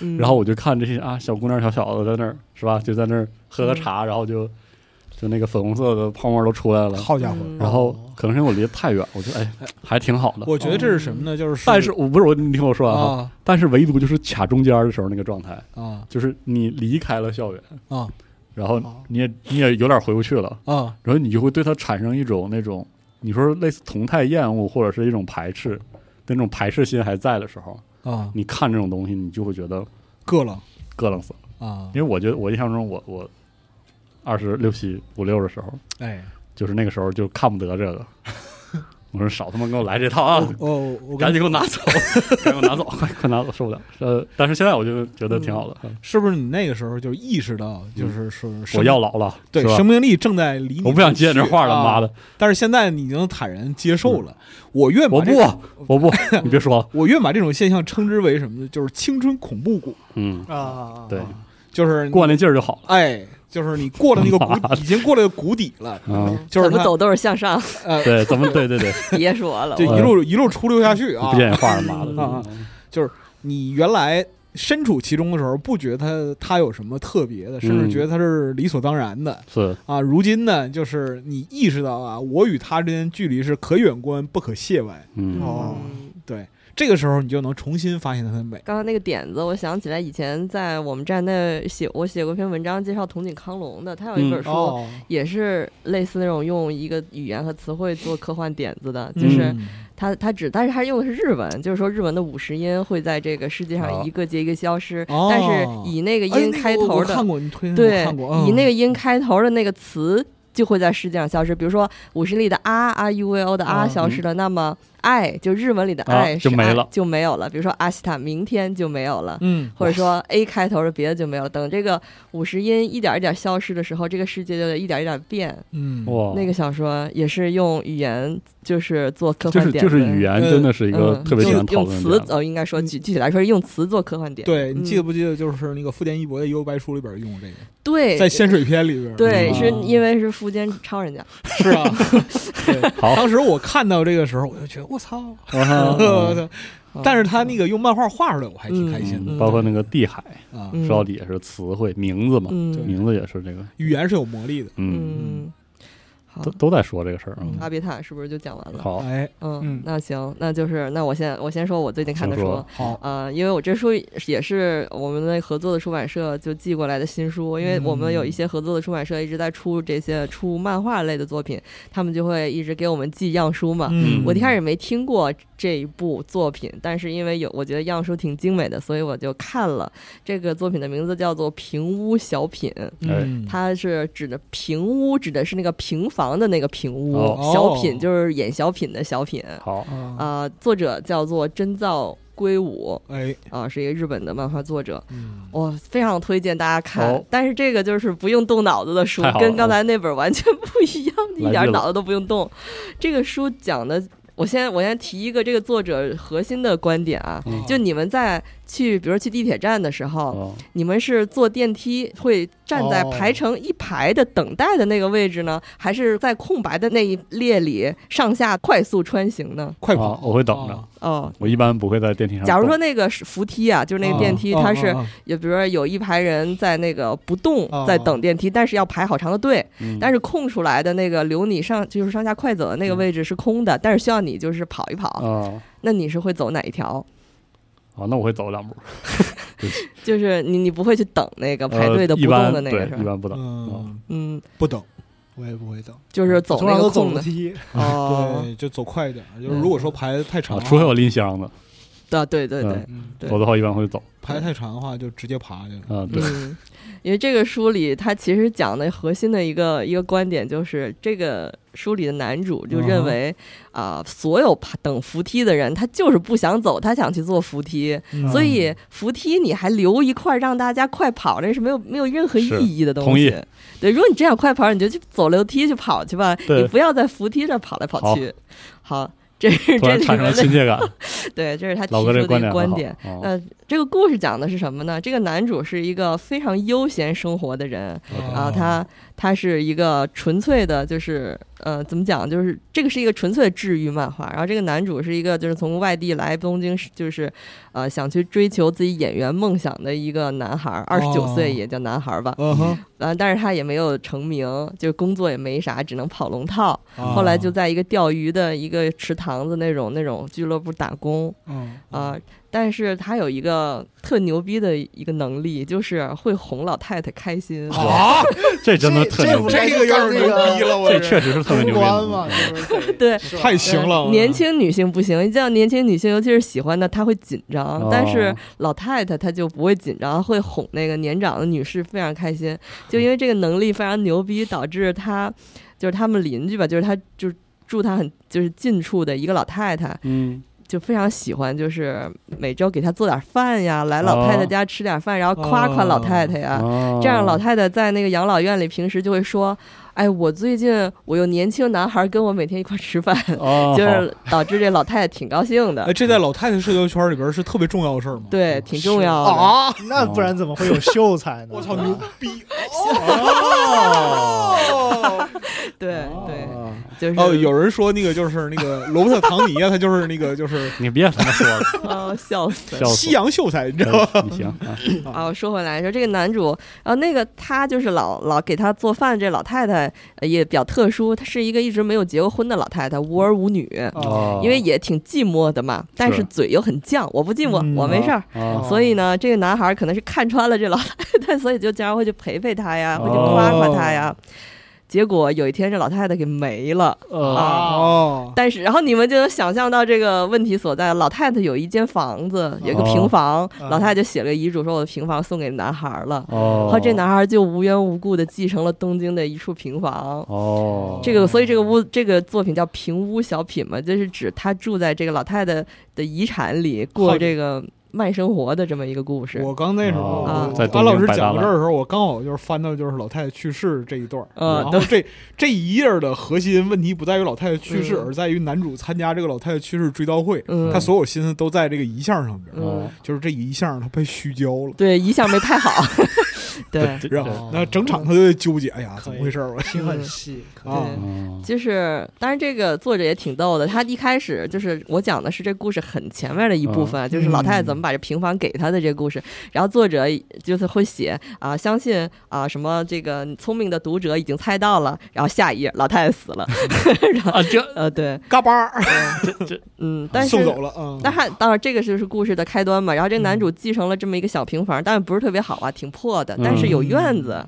嗯 然后我就看这些啊，小姑娘、小小子在那儿是吧？就在那儿喝嗯喝茶，然后就就那个粉红色的泡沫都出来了。好家伙！嗯然后可能是因为我离得太远，我觉得哎还挺好的。我觉得这是什么呢？就是但是我不是我，你听我说完哈。啊但是唯独就是卡中间的时候那个状态，啊就是你离开了校园啊，然后哦你也你也有点回不去了，啊！然后你就会对它产生一种那种你说类似同态厌恶或者是一种排斥，那种排斥心还在的时候，啊，你看这种东西，你就会觉得硌了咯楞死了。啊因！为我觉得我印象中我，我二十六七五六的时候，哎，就是那个时候就看不得这 个。我说少他妈给我来这套啊！哦，我赶感觉紧给我拿走，赶紧给我拿走， 快快拿走，受不了。呃，但是现在我就觉得挺好的，嗯是不是你那个时候就意识到，就是说我要老了，对是吧生命力正在离你，我不想接你这话了，啊妈的！嗯但是现在你已经坦然接受了。我越把我这不，我不，你别说了，我越把这种现象称之为什么呢？就是青春恐怖谷，嗯，啊，对，就是过那劲儿就好了。哎，就是你过了那个谷，已经过了谷底 了，嗯啊，就是怎么他走都是向上，呃，对，咱们对对对，别说 了，就我一路一路出溜下去啊不。接你话了，妈的！啊你原来身处其中的时候，不觉得它它有什么特别的，甚至嗯觉得它是理所当然的是，啊。如今呢，就是你意识到啊，我与他之间距离是可远观不可亵玩。嗯，哦嗯对，这个时候你就能重新发现它的美。刚刚那个点子，我想起来以前在我们站内写我写过一篇文章介绍筒井康隆的，他有一本嗯书、哦，也是类似那种用一个语言和词汇做科幻点子的，就是嗯他他只但是他用的是日文，就是说日文的五十音会在这个世界哦上一个接一个消失，哦但是以那个哎音那个开我头我的看过，你推荐对我看过，嗯、以那个音开头的那个词就会在世界上消失。比如说五十里的啊啊 u v o 的啊嗯消失了，那么爱就日文里的爱、啊是就没爱了就没有了。比如说阿西塔明天就没有了。嗯，或者说 A 开头的别的就没有了。等这个五十音一点一点消失的时候，这个世界就得一点一点变。嗯，哇，那个小说也是用语言，就是做科就幻是点就子，是语言呃真的是一个嗯特别喜用欢讨用论嗯词的点，哦，应该说具具体来说是用词做科幻点。对你记得嗯不记得，就是那个富田一博的《幽游白书》里边用这个，对在仙水篇里边，对，嗯是啊因为是富坚抄人家。是 啊，对好当时我看到这个时候，我就觉得我操， 啊 哈我操嗯但是他那个用漫画画出来，我还挺开心嗯嗯包括那个地海，的啊。嗯说到底也是词汇名字嘛，对嗯名字也是这个，语言是有魔力的，嗯，嗯，好都，都在说这个事儿，嗯阿比塔是不是就讲完了？好，哎，嗯嗯，那行，那就是那我先我先说我最近看的先说书。好，呃，因为我这书也是我们的合作的出版社就寄过来的新书，因为我们有一嗯些合作的出版社一直在出这些出漫画类的作品，他们就会一直给我们寄样书嘛。嗯我一开始没听过这一部作品，但是因为有我觉得样书挺精美的，所以我就看了。这个作品的名字叫做《平屋小品》，嗯，它是指的平屋，指的是那个平房的那个平屋，哦小品就是演小品的小品。好，啊，啊，作者叫做真造圭吾，哎，嗯啊，是一个日本的漫画作者，嗯我非常推荐大家看。好但是这个就是不用动脑子的书太好，了跟刚才那本完全不一样，一来点劲了脑子都不用动。这个书讲的，我先我先提一个这个作者核心的观点啊，嗯就你们在去，比如说去地铁站的时候，哦你们是坐电梯会站在哦排成一排的等待的那个位置呢，还是在空白的那一列里上下快速穿行呢？快啊跑，我会等着啊，哦，我一般不会在电梯上动。假如说那个是扶梯啊，就是那个电梯，啊它是啊啊也比如说有一排人在那个不动哦，在等电梯，但是要排好长的队，嗯，但是空出来的那个留你上就是上下快走的那个位置是空的，但是需要你就是跑一跑，啊，那你是会走哪一条？好，那我会走两步，就是你你不会去等那个排队的呃不一般动的那个对是一吧？般不等。嗯，嗯，不等，我也不会等，就是走通那常个都走空楼的梯。哦，对，就走快一点。就是如果说排得太长啊，的话，除非我拎箱子，对啊对对对嗯。嗯，对否则的话一般会走。排得太长的话，就直接爬去了。啊，对，嗯，因为这个书里，它其实讲的核心的一个一个观点就是，这个书里的男主嗯就认为啊、所有爬等扶梯的人，他就是不想走，他想去坐扶梯，嗯所以扶梯你还留一块儿让大家快跑，那是没有没有任何意义的东西。同意对，如果你真想快跑，你就去走楼梯去跑去吧，对你不要在扶梯这跑来跑去。好。这是 突这然里产面生了的亲切感。对，这是他提老出哥的这一个个观点观很点。哦好，啊那呃这个故事讲的是什么呢？这个男主是一个非常悠闲生活的人啊，哦他他是一个纯粹的，就是呃，怎么讲，就是这个是一个纯粹的治愈漫画。然后这个男主是一个就是从外地来东京，就是呃想去追求自己演员梦想的一个男孩，二十九哦岁也叫男孩吧。嗯哼，完，但是他也没有成名，就是工作也没啥，只能跑龙套。啊嗯后来就在一个钓鱼的一个池塘子那种那种俱乐部打工。嗯，啊、但是他有一个特牛逼的一个能力，就是会哄老太太开心。啊哇，这真的特这牛逼，嗯啊这个有点牛逼了，我这确实是特别牛逼的关东嘛，西。就是得对是吧太行了。呃年轻女性不行，这样年轻女性，尤其是喜欢的，她会紧张；哦但是老太太她就不会紧张，会哄那个年长的女士非常开心。就因为这个能力非常牛逼，导致她就是他们邻居吧，就是她就是住她很就是近处的一个老太太，嗯，就非常喜欢，就是每周给她做点饭呀，来老太太家吃点饭，然后夸夸老太太呀。啊哦这样老太太在那个养老院里平时就会说：“哎，我最近我有年轻男孩跟我每天一块儿吃饭，哦 就是导致这老太太挺高兴哎，的，这在老太太社交圈里边是特别重要的事儿吗？ 对，挺重要的。哦啊， 那不然怎么会有秀才呢？我操，牛逼！哦！对对，就是 哦，有人说那个就是那个罗伯特·唐尼啊，他就是那个就是你别他妈说了，啊，笑死笑死 西洋秀才，你知道吗？你行 啊，啊！说回来，说这个男主，然、后那个他就是老老给他做饭，这老太太呃也比较特殊，她是一个一直没有结过婚的老太太，无儿无女，哦啊因为也挺寂寞的嘛，但是嘴又很犟，我不寂寞，嗯我没事儿。啊，所以呢，这个男孩儿可能是看穿了这老 太太，所以就经常会去陪陪她呀，会去夸夸她呀。结果有一天，这老太太给没了。呃，啊哦，但是，然后你们就能想象到这个问题所在。老太太有一间房子，有一个平房，哦老太太就写了个遗嘱，说我的平房送给男孩儿了。然哦后，这男孩儿就无缘无故的继承了东京的一处平房。哦，这个，所以这个屋这个作品叫平屋小品嘛，就是指他住在这个老太太的遗产里过好这个慢生活的这么一个故事。我刚那时候啊我哦在东安老京师摆讲大到烂这儿的时候，我刚好就是翻到就是老太太去世这一段儿，嗯然后这这一页儿的核心问题不在于老太太去世，嗯而在于男主参加这个老太太去世追悼会，嗯他哦所有心思都在这个遗像上边儿，嗯嗯，就是这一项他被虚焦了。对遗像没拍好， 对，这 这然后，那整场他就在纠结，哎呀，怎么回事儿？心很细，可啊对 嗯就是，当然这个作者也挺逗的。他一开始就是我讲的是这故事很前面的一部分嗯啊，就是老太太怎么把这平房给他的这故事。然后作者就是会写啊，相信啊什么这个聪明的读者已经猜到了。然后下一页老太太死 了，然后啊，这呃对，嘎巴儿嗯，但送是走了嗯啊！但还当然，这个就是故事的开端嘛。然后这男主继承了这么一个小平房，但不是特别好啊，挺破的，但是嗯有院子。嗯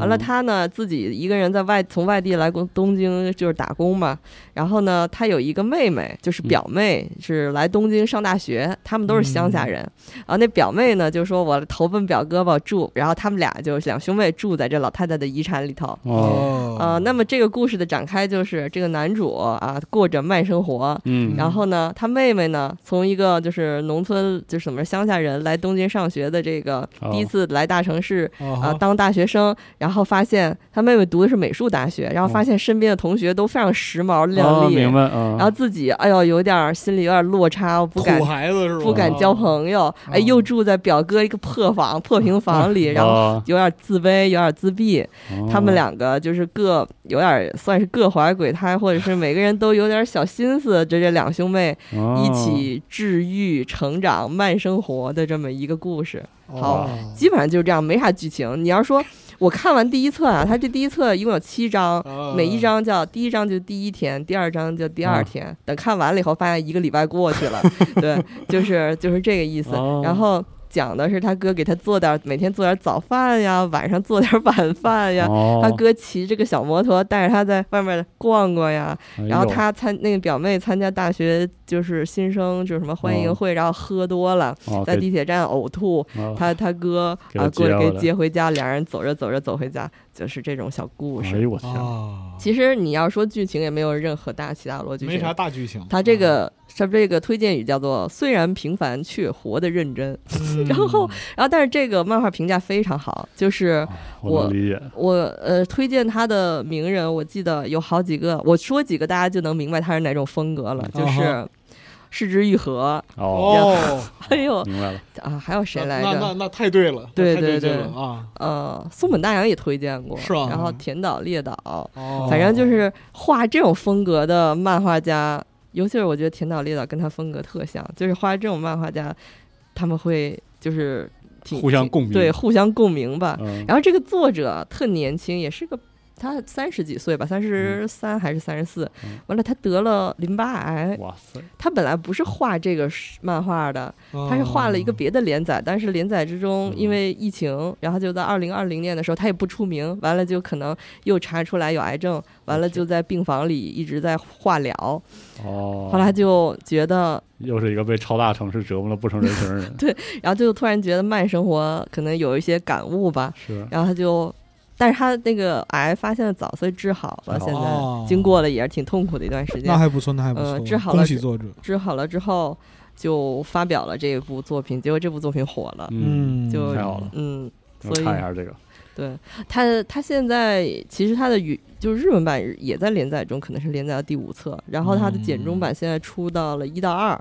完了，他呢自己一个人在外从外地来过东京，就是打工嘛。然后呢，他有一个妹妹，就是嗯表妹，是来东京上大学，他们都是乡嗯下人。然后那表妹呢就说：“我投奔表哥吧，住。”然后他们俩就是两兄妹住在这老太太的遗产里头。哦，呃，那么这个故事的展开就是这个男主啊过着慢生活，嗯，然后呢，他妹妹呢，从一个就是农村，就是怎么说乡下人来东京上学的这个哦第一次来大城市啊、啊，当大学生，然后发现他妹妹读的是美术大学，然后发哦现身边的同学都非常时髦哦靓丽，明白啊，然后自己哎呦有点儿心里有点落差，我不敢土孩子是吧？不敢交朋哦友，哎，又住在表哥一个破房破平房里，然后后有点自卑，有点自闭，哦他们两个就是各有点儿算是各怀鬼胎，或者是每个人都有点儿小心思，这这两兄妹哦一起治愈、成长、慢生活的这么一个故事，好哦基本上就是这样，没啥剧情。你要说我看完第一册啊，它这第一册一共有七章，啊每一章叫第一章就第一天，第二章就第二天。等看完了以后，发现一个礼拜过去了，对，就是 就是这个意思。哦然后。讲的是他哥给他做点儿每天做点儿早饭呀，晚上做点儿晚饭呀，他他，哥骑这个小摩托，带着他在外面逛逛呀。哎然后他参那个表妹参加大学就是新生就是什么欢迎会，然后喝多了，哦在地铁站呕吐。他他哥给他啊过来给接回来接回家，两人走着走着走回家，就是哦这种小故哎事。呦我天，啊，其实你要说剧情也没有任何大其他逻辑性，没啥大剧情。他嗯这个他这个推荐语叫做“虽然平凡却活得认真”，嗯， 然后然后但是这个漫画评价非常好，就是哦我我能理解，我呃推荐他的名人，我记得有好几个，我说几个大家就能明白他是哪种风格了，嗯就是市之愈合，哦，哦，还有明白了，啊还有 谁那来那那着？那太对了，对那太对对对了啊！呃，松本大洋也推荐过，是啊然后田岛列岛，哦反正就是画这种风格的漫画家，尤其是我觉得田岛列岛跟他风格特像，就是画这种漫画家，他们会就是挺互相挺共鸣对，互相共鸣吧。嗯，啊然后这个作者特年轻，也是个他三十几岁吧，三十三还是三十四嗯？完了，他得了淋巴癌。哇塞，他本来不是画这个漫画的，嗯他是画哦了一个别的连载，但是连载之中因为疫情，然后就在二零二零年的时候，他也不出名，完了就可能又查出来有癌症，完了就在病房里一直在化疗，哦，后来就觉得，又是一个被超大城市折磨的不成人形 的人，然后就突然觉得慢生活可能有一些感悟吧，是然后他就，但是他那个癌发现的早，所以治好了。哦现在经过了也是挺痛苦的一段时哦那间，还不错，那还不错，呃治好了恭喜作者。治好了之后就发表了这部作品，结果这部作品火了。嗯，就太好了，嗯，所我以看一下这个，对他他现在其实他的语就是日文版嗯也在连载中，可能是连载到第五册，然后他的简中版现在出到了一到二。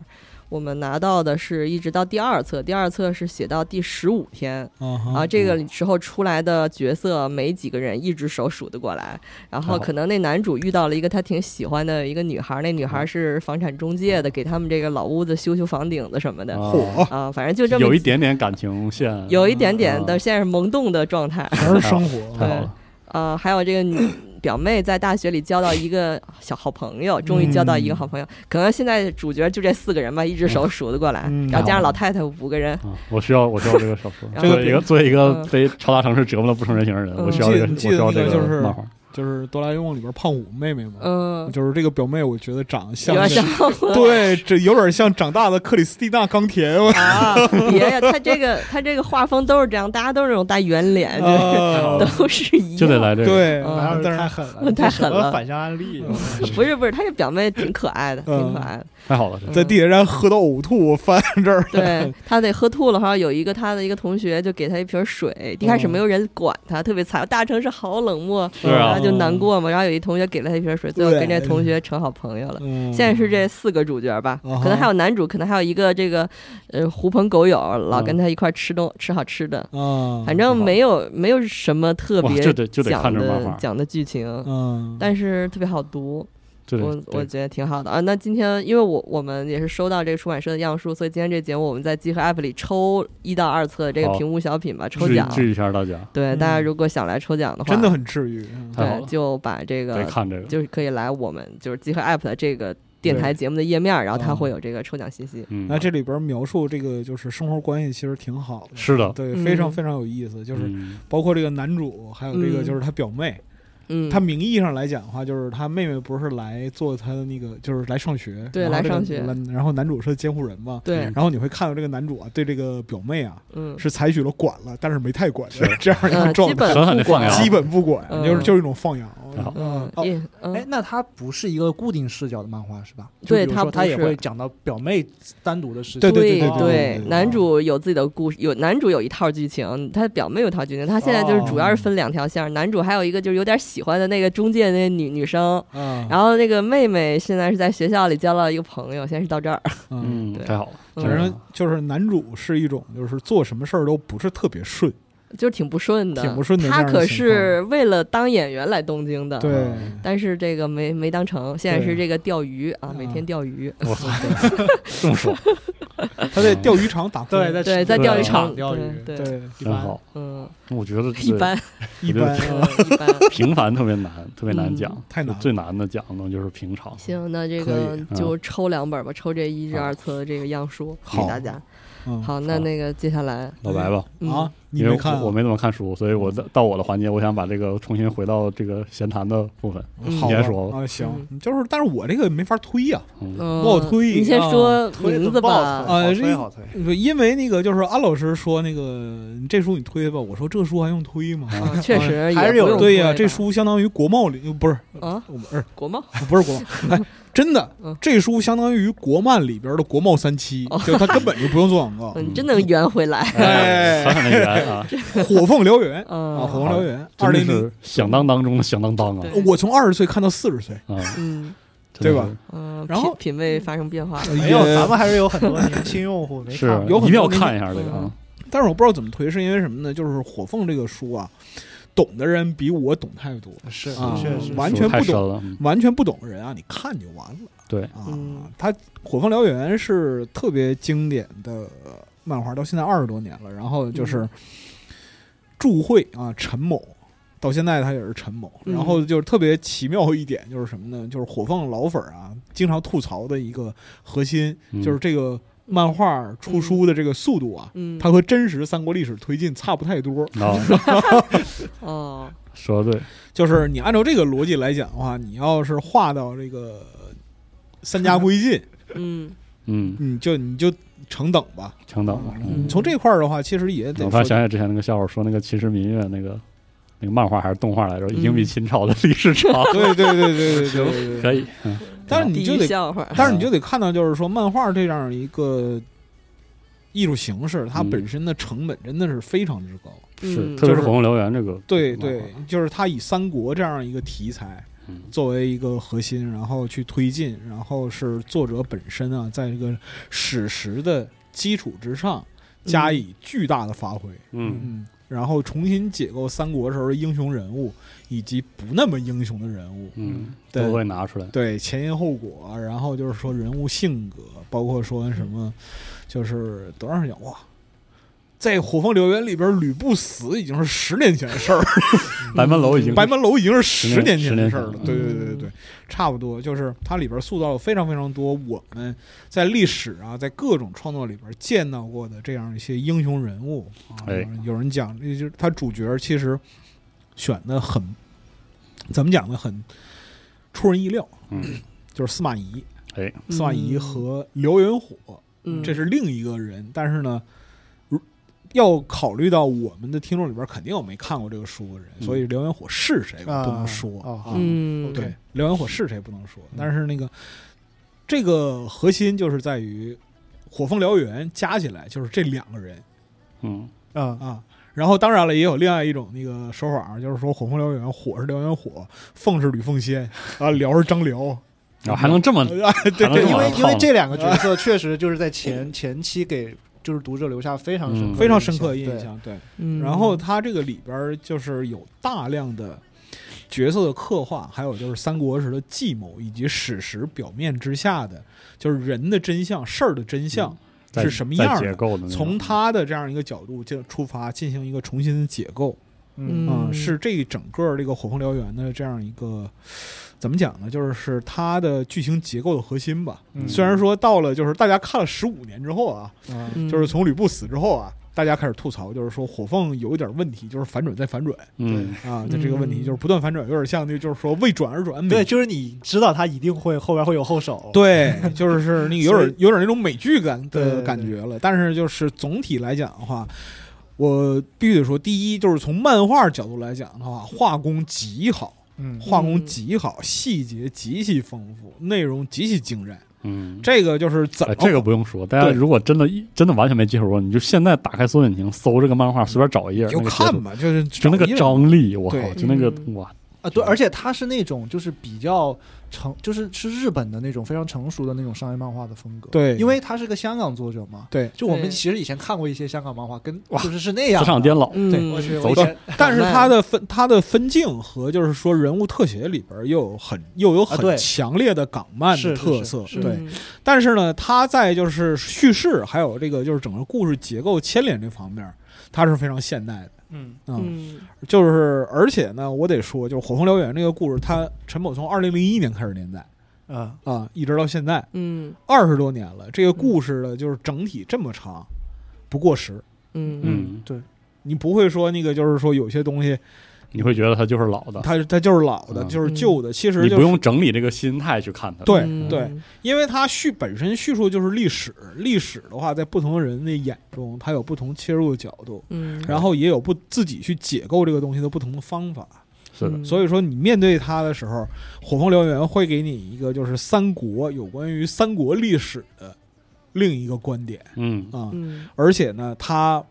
我们拿到的是一直到第二册，第二册是写到第十五天，啊哦哈啊，这个时候出来的角色没几个人，一只手数得过来。然后哦可能那男主遇到了一个他挺喜欢的一个女孩儿，那女嗯孩儿是房产中介的，给他们这个老屋子修修房顶子什么的啊火啊，反正就这么有一点点感情线，有一点点啊的现在是萌动的状态。全是生活太对好了，呃，还有这个女表妹在大学里交到一个小好朋友，嗯终于交到一个好朋友。可能现在主角就这四个人吧，一只手数得过来，嗯然后加上老太太五个人。啊，我需要我需要这个小 说，然后作为一个作为一个嗯被超大城市折磨的不成人形的人，嗯我需要这个你我记得需要这那个就是漫画，就是哆啦 A 梦里边胖虎妹妹嘛，嗯，就是这个表妹，我觉得长得有像点是像对，这有点像长大的克里斯蒂娜钢铁，我 啊，别呀，他这个他这个画风都是这样，大家都是那种大圆脸，啊就是都是一样。就得来这个，对，嗯然后但太是狠太狠了了，这什么反向案例，不是不是，他这表妹挺可爱的，挺可爱的。太好了，这嗯在地铁站喝到呕吐，我翻这 儿对他得喝吐了，好像有一个他的一个同学就给他一瓶嗯水，一开始没有人管他，特别惨，大城市好冷漠，是然啊后，就难过嘛。然后有一同学给了他一瓶水，最后跟这同学成好朋友了。嗯，现在是这四个主角吧，嗯可能还有男主，可能还有一个这个，呃，狐朋狗友，老跟他一块儿吃嗯东吃好吃的，啊，反正没有没有什么特哇别就得就得讲看这漫的画讲的剧情，嗯，但是特别好读，就我得我对觉得挺好的啊。那今天因为我我们也是收到这个出版社的样书，所以今天这节目我们在集合 App 里抽一到二册这个好屏幕小品吧，抽治奖。治一下大家，对，嗯大家如果想来抽奖的话，真的很治愈，太好对，了就把这得个看这个，就是可以来我们就是集合 App 的这个电台节目的页面，然后它嗯会有这个抽奖信息。嗯那，这里边描述这个就是生活关系，其实挺好的，是的，对，嗯非常非常有意思，就是嗯包括这个男主，还有这个嗯就是他表妹，嗯，他名义上来讲的话，就是他妹妹不是来做他的那个，就是来上学，对然后来这个上学男然后男主是监护人嘛，对，然后你会看到这个男主啊，对这个表妹啊嗯，是采取了管了，但是没太管是 这样一个嗯，状基态，狠狠本地不管放养基本不管，嗯就是就是一种放养太好，嗯，哦也嗯哎，，那它不是一个固定视角的漫画是吧？对就比如它说不它也是会讲到表妹单独的事情。对对对对对对男主有自己的故事，有男主有一套剧情，他表妹有一套剧情，他现在就是主要是分两条线儿，男主还有一个就是有点喜欢的那个中介那女女生，嗯，然后那个妹妹现在是在学校里交到一个朋友，先是到这儿， 嗯，嗯，对太好了，嗯反正就是男主是一种就是做什么事儿都不是特别顺，就是挺不顺的，挺不顺的他这样的可情况是为了当演员来东京的，对，但是这个没没当成，现在对是这个钓鱼啊，每啊天钓鱼，我操，这么说他在钓鱼场打工，对， 对，在嗯对钓鱼啊场，钓鱼对，对对，一真般好，嗯，我觉得一这般，一般呃嗯，一般。 平凡特别难，特别难嗯讲，太难了最难的讲的就是平常，行，那这可个以嗯就抽两本吧，抽这一至好二册的这个样书给好大家。嗯好，那好那个接下来老白吧。嗯啊，你因为没看啊，嗯我我没怎么看书，所以我到到我的环节，我想把这个重新回到这个闲谈的部分。嗯好你吧先说吧啊，行，就是但是我这个没法推呀，嗯，嗯，不好推你先啊说推 名字得爆吧。啊好这推好推。因为那个就是安老师说那个你这书你推吧，我说这书还用推吗？啊，确实还也是不有用对呀、推这吧书相当于国贸里不是啊，我们呃国贸不是国贸，哎，真的嗯，这书相当于国漫里边的国贸三期，就它根本就不用做广 告，嗯，你真能圆回 来。哎狠狠的圆 啊，火凤燎原啊，火嗯凤燎原，二哦真的零零，是响当当中的响当当啊对我从二十岁看到四十岁，啊，嗯真的是对吧？嗯，然后品品味发生变化了。哎没哎有，咱们还是有很多年轻用户没是看过。有很多一定要看一下这个嗯啊，但是我不知道怎么推，是因为什么呢？就是火凤这个书啊，懂的人比我懂太多，是啊确实完全不懂太深了，嗯完全不懂的人啊，你看就完了。对啊嗯，它《火凤燎原》是特别经典的漫画，到现在二十多年了。然后嗯就是祝会啊，陈某。到现在他也是陈某，嗯然后就是特别奇妙一点就是什么呢？就是火凤老粉儿啊，经常吐槽的一个核心、嗯就是这个漫画出书的这个速度啊，嗯，它和真实三国历史推进差不太多。啊， 哦，说的对，就是你按照这个逻辑来讲的话，你要是画到这个三家归晋，嗯嗯，你就你就成等吧。强导吧。嗯嗯从这块儿的话，其实也得我突然说想起之前那个笑话，说那个《秦时明月》那个那个漫画还是动画来着，已经比秦朝的历史长，对对对对对对嗯对 对。可以，嗯但是你地 就狱得，笑话。但是你就得看到，就是说漫画这样一个艺术形式，它嗯本身的成本真的是非常之高。嗯是，特别是《火凤燎原》这个，对对，，就是它以三国这样一个题材，嗯作为一个核心，然后去推进，然后是作者本身啊，在这个史实的基础之上加以巨大的发挥，嗯嗯，然后重新解构三国时候的英雄人物以及不那么英雄的人物，嗯，对都会拿出来。对前因后果，然后就是说人物性格，包括说什么，就是多长时间哇。在《火凤燎原》里边，吕布死已经是十年前的事儿，白门楼已经嗯白门楼已经是十年前的事儿了。十对年对对对对，差不多就是它里边塑造了非常非常多我们在历史啊，在各种创作里边见到过的这样一些英雄人物啊。哎有人讲，那就是他主角其实选的很，怎么讲呢？很出人意料，嗯，就是司马懿。哎，司马懿和刘云火，嗯，这是另一个人。但是呢，如要考虑到我们的听众里边肯定有没看过这个书的人，嗯所以刘云火是谁我不能说啊啊嗯，对，刘云火是谁不能说。但是那个这个核心就是在于火凤燎原加起来就是这两个人嗯啊啊。然后当然了，也有另外一种那个说法啊，就是说火凤燎原，火是燎原火，凤是吕凤仙啊，辽是张辽。然后还能这么啊， 对还能对因这么为胖因为这两个角色确实就是在前前期给就是读者留下非常深刻嗯的非常深刻的印印象。象。对，嗯，然后它这个里边儿就是有大量的角色的刻画，还有就是三国时的计谋以及史实表面之下的，就是人的真相、事儿的真相、嗯在是什么样在结的。构的那种？从他的这样一个角度就出发，进行一个重新的解构，嗯啊嗯是这整个这个《火凤燎原》的这样一个怎么讲呢？就是它的剧情结构的核心吧。嗯虽然说到了就是大家看了十五年之后啊，啊嗯就是从吕布死之后啊，大家开始吐槽，就是说火凤有一点问题，就是反转再反转嗯啊，就这个问题嗯就是不断反转，有点像那个就是说为转而转美。对，就是你知道他一定会后边会有后手。对， 就是那个有所以点有点那种美剧感对的对感觉了。但是就是总体来讲的话，我必须得说，第一就是从漫画角度来讲的话，画工极好，嗯，画工极好，细节极其丰富，内容极其精湛。嗯，这个就是怎哎么这个不用说，大家对如果真的一真的完全没接触过，你就现在打开搜索引擎搜这个漫画，随便找一页，你那就个看截图吧，就是就那个找一张力，我靠，对就那个嗯哇，啊，对，而且他是那种就是比较成，就是是日本的那种非常成熟的那种商业漫画的风格。对因为他是个香港作者嘛。对就我们对其实以前看过一些香港漫画，跟哇就是是那样磁的。场颠倒，嗯，对我去，走我以前但是它的分它的分镜和就是说人物特写里边儿又有很又有啊对很强烈的港漫是的是特是色，是对。嗯但是呢，它在就是叙事还有这个就是整个故事结构牵连这方面儿，它是非常现代的。嗯嗯，嗯就是而且呢，我得说，就是《火凤燎原》这个故事，它陈某从二零零一年开始连载啊啊，一直到现在嗯二十多年了。这个嗯故事的就是整体这么长，不过时，嗯嗯，对，你不会说那个就是说有些东西你会觉得它就是老的，它它就是老的，嗯就是旧的。其实你就不是用整理这个心态去看它。对嗯对，因为它叙本身叙述就是历史，历史的话，在不同人的眼中，它有不同切入的角度，嗯，然后也有不自己去解构这个东西的不同的方法。是的，嗯所以说，你面对它的时候，《火凤燎原》会给你一个就是三国有关于三国历史的另一个观点嗯啊、嗯而且呢，它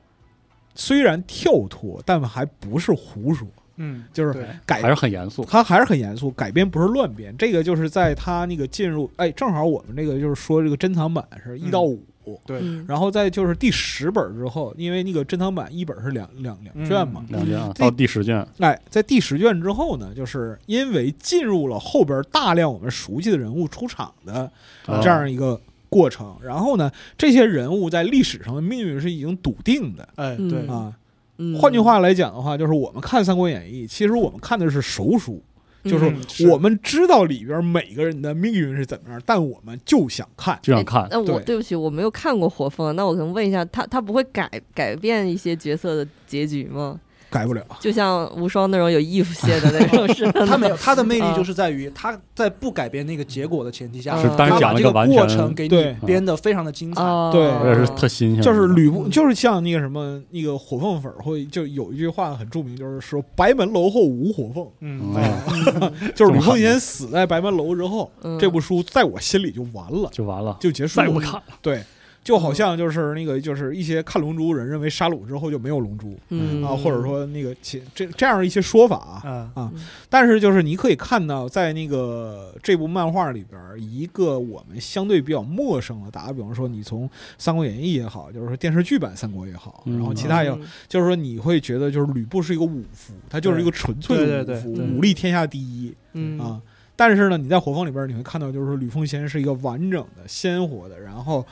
虽然跳脱，但还不是胡说，嗯，就是对改还是很严肃。他还是很严肃，改编不是乱编。这个就是在他那个进入，哎，正好我们这个就是说这个珍藏版是一到五、对嗯然后再就是第十本之后，因为那个珍藏版一本是两两两卷嘛，两卷啊，这到第十卷，哎，在第十卷之后呢，就是因为进入了后边大量我们熟悉的人物出场的啊这样一个过程，然后呢，这些人物在历史上的命运是已经笃定的哎嗯对嗯啊。嗯，换句话来讲的话，就是我们看《三国演义》，其实我们看的是熟书。就是嗯是我们知道里边每个人的命运是怎么样，但我们就想看。就想看，哎那我对对不起，我没有看过《火凤》，啊 那我可能问一下，他他不会改改变一些角色的结局吗？改不了，就像无双那种有衣服卸的那种似的，他没有，他的魅力就是在于他在不改变那个结果的前提下，嗯是单他讲把了这个个完过全，程给对你编得非常的精 彩。哦，对我也是特新鲜的，就是吕布，嗯就是像那个什么那个火凤粉儿会，就有一句话很著名，就是说白门楼后无火凤，嗯哎啊就是这吕么狠奉先死在白门楼之后，嗯这部书在我心里就完了，就完了，就结束再了不。看了，对，就好像就是那个就是一些看龙珠人认为杀戮之后就没有龙珠嗯啊，或者说那个其这这样一些说法啊。啊，但是就是你可以看到，在那个这部漫画里边儿，一个我们相对比较陌生的，打个比方说，你从《三国演义》也好，就是说电视剧版《三国》也好，嗯然后其他也好，就是说你会觉得就是吕布是一个武夫，他就是一个纯粹的武对对夫，对对武力天下第一嗯啊。但是呢，你在火凤里边儿你会看到，就是说吕奉先是一个完整的、鲜活的，然后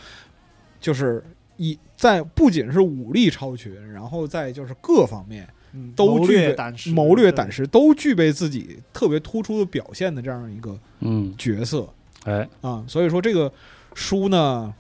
就是以在不仅是武力超群，然后在就是各方面嗯都谋具略备胆识，谋略、对胆识都具备自己特别突出的表现的这样一个嗯，角色哎，啊，所以说这个书呢，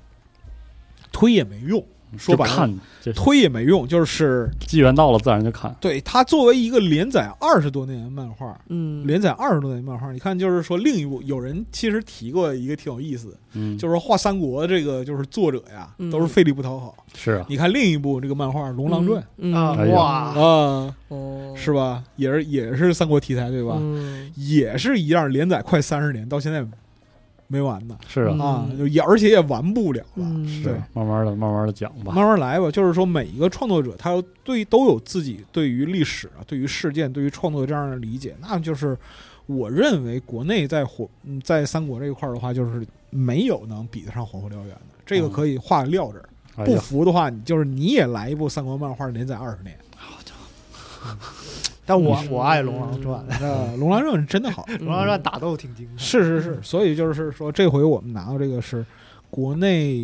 推也没用，说就白了看就推也没用，就是机缘到了自然就看，对它作为一个连载二十多年的漫画，嗯，连载二十多年的漫画，你看就是说另一部有人其实提过一个挺有意思的，嗯，就是说画三国这个就是作者呀嗯都是费力不讨好，是啊，你看另一部这个漫画《龙狼传嗯啊哎呀哇》啊，哦，是吧？也是也是三国题材对吧？嗯也是一样，连载快三十年，到现在没完呢是啊嗯，啊！就也而且也完不了了。嗯是啊，慢慢的，慢慢的讲吧，慢慢来吧，就是说每一个创作者，他有对都有自己对于历史啊、对于事件、对于创作这样的理解。那就是我认为国内在火嗯在三国这一块儿的话，就是没有能比得上《黄河燎原》的，这个可以画撂这儿。哎不呀，服的话，你就是你也来一部三国漫画连载二十年。但我你是我爱《龙狼传》，那《龙狼传》是真的好，嗯《龙狼传》打斗挺精彩，是是是，所以就是说，这回我们拿到这个是国内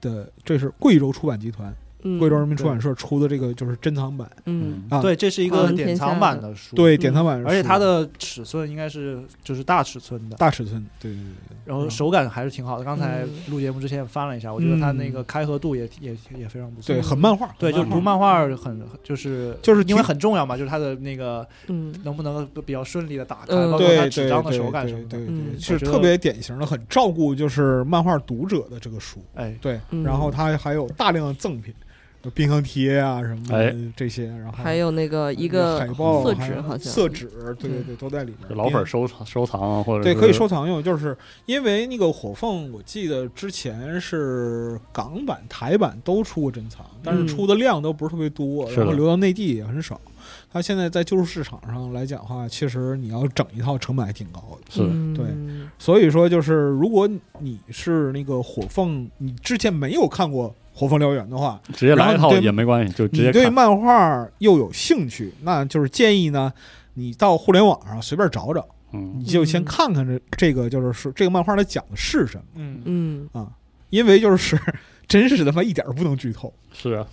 的，这是贵州出版集团、嗯贵州人民出版社出的这个就是珍藏版，嗯啊对，这是一黄个金典天藏下版的的书，，对，嗯典藏版是出，而且它的尺寸应该是就是大尺寸的，大嗯尺寸，对对对然后手感还是挺好的。刚才嗯录节目之前也翻了一下，我觉得它那嗯个开合度也也也非常不错。对，很漫画，对，很就是读漫画漫画很就是就是因为挺很重要嘛，就是它的那个嗯能不能比较顺利的打开，嗯包括对它对纸对张的对手感什对么的。对嗯对，我是觉得特别典型的，很照顾就是漫画读者的这个书，哎，对，嗯然后它还有大量的赠品，有冰箱贴啊什么哎的这些，然后还有那个一个海报、色还纸有好像色纸，嗯对对对，都在里面这，老粉儿收藏收藏啊，或者对，是可以收藏用，就是因为那个火凤，我记得之前是港版、台版都出过珍藏，但是嗯出的量都不是特别多，是的然后流到内地也很少。它现在在旧书市场上来讲的话，其实你要整一套成本还挺高嗯的。是对所以说，就是如果你是那个火凤，你之前没有看过《火凤燎原》的话，直接然后来一你套对也没关系，就直你接对看，漫画又有兴趣，那就是建议呢，你到互联网上随便找找，你嗯，就先嗯看看这这个就是说这个漫画它讲的是什么。嗯，嗯啊，因为就是 真是他妈一点儿不能剧透，是啊，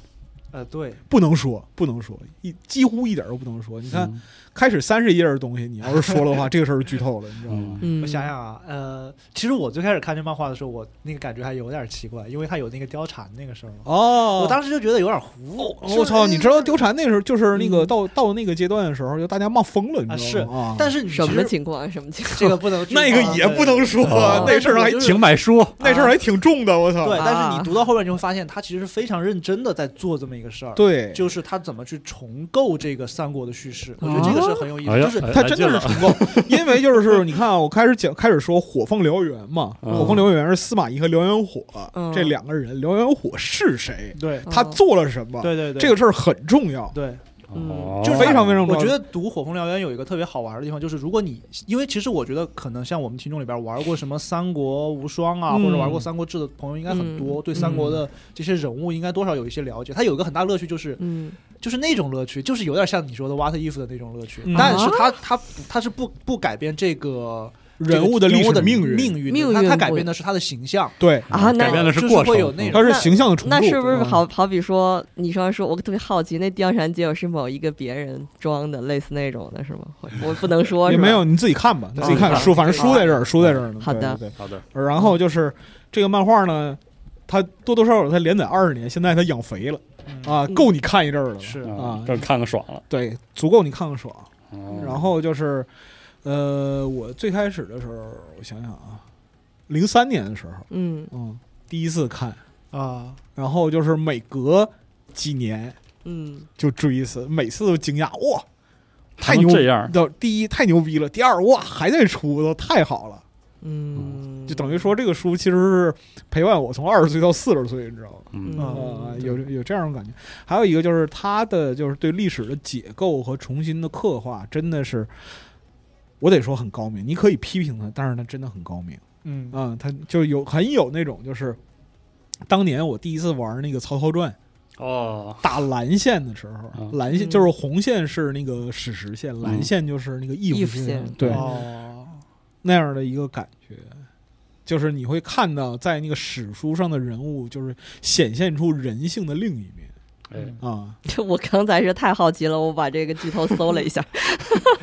呃，对，不能说，不能说，一几乎一点儿都不能说。你看，嗯开始三十页的东西，你要是说了的话，这个事儿就剧透了，你知道吗？嗯，我想想啊，呃，其实我最开始看这漫画的时候，我那个感觉还有点奇怪，因为它有那个貂蝉那个事儿嘛，哦我当时就觉得有点糊。是我操！你知道貂蝉那时候就是那个嗯到到那个阶段的时候，就大家骂疯了，你知道吗？啊但是你什其么实情况？什么情况？这个不 能剧那个透也对不能说，哦那事儿还但是我就挺啊是请买书，那事儿还挺重的，我操！对，但是啊你读到后面你会发现，他其实是非常认真的在做这么一个事儿，对，就是他怎么去重构这个三国的叙事，我觉得这哦个是很有意哎思，呀就是哎他来真劲的了是重构，因为就是你看啊，我开始讲开始说火凤燎原嘛，嗯火凤燎原是司马懿和燎原火嗯这两个人，燎原火是谁？对他做了什么？对对对，这个事儿很重要，对，嗯哦就是非常非常重我要。觉得读《火凤燎原》有一个特别好玩的地方，就是如果你因为其实我觉得可能像我们听众里边玩过什么《三国无双》啊，嗯或者玩过《三国志》的朋友应该很多，对三国的这些人物应该多少有一些了解。它有一个很大乐趣，就 是嗯就是那种乐趣，就是有点像你说的 what if 的那种乐趣嗯，但是它它它是不不改变这个人物的历史人物命运，命运命的，运它它不改变的是它的形象。对，啊，改那变了就是过程，会有那它种是那形象的重那构是不是嗯好好比说，你刚才说，我特别好奇，那貂蝉街友是某一个别人装的，类似那种的是吗？我我不能说，是也吧没有，你自己看吧，你自己看嗯书，反正书在这儿，书在这儿呢。好的对，对嗯好的，对然后就是这个漫画呢，它多多少少它连载二十年，现在它养肥了嗯啊，嗯够你看一阵儿了。是啊啊，这看个爽了，对，足够你看看爽。嗯然后就是，呃，我最开始的时候，我想想啊，零三年的时候，嗯嗯，第一次看，啊，然后就是每隔几年嗯就追一次，每次都惊讶哇，还太能牛这样嗯的第一太牛逼了，第二哇还在出，都太好了。嗯，就等于说这个书其实是陪伴我从二十岁到四十岁，你知道吗？嗯嗯啊、对有有这样的感觉。还有一个就是他的就是对历史的解构和重新的刻画，真的是我得说很高明。你可以批评他，但是他真的很高明嗯啊、他就有很有那种就是当年我第一次玩那个《曹操传》哦，打蓝线的时候啊，蓝线嗯就是红线是那个史实线，蓝线就是那个义义父线线，对哦，那样的一个感觉。就是你会看到，在那个史书上的人物，就是显现出人性的另一面哎，啊。这我刚才是太好奇了，我把这个剧透搜了一下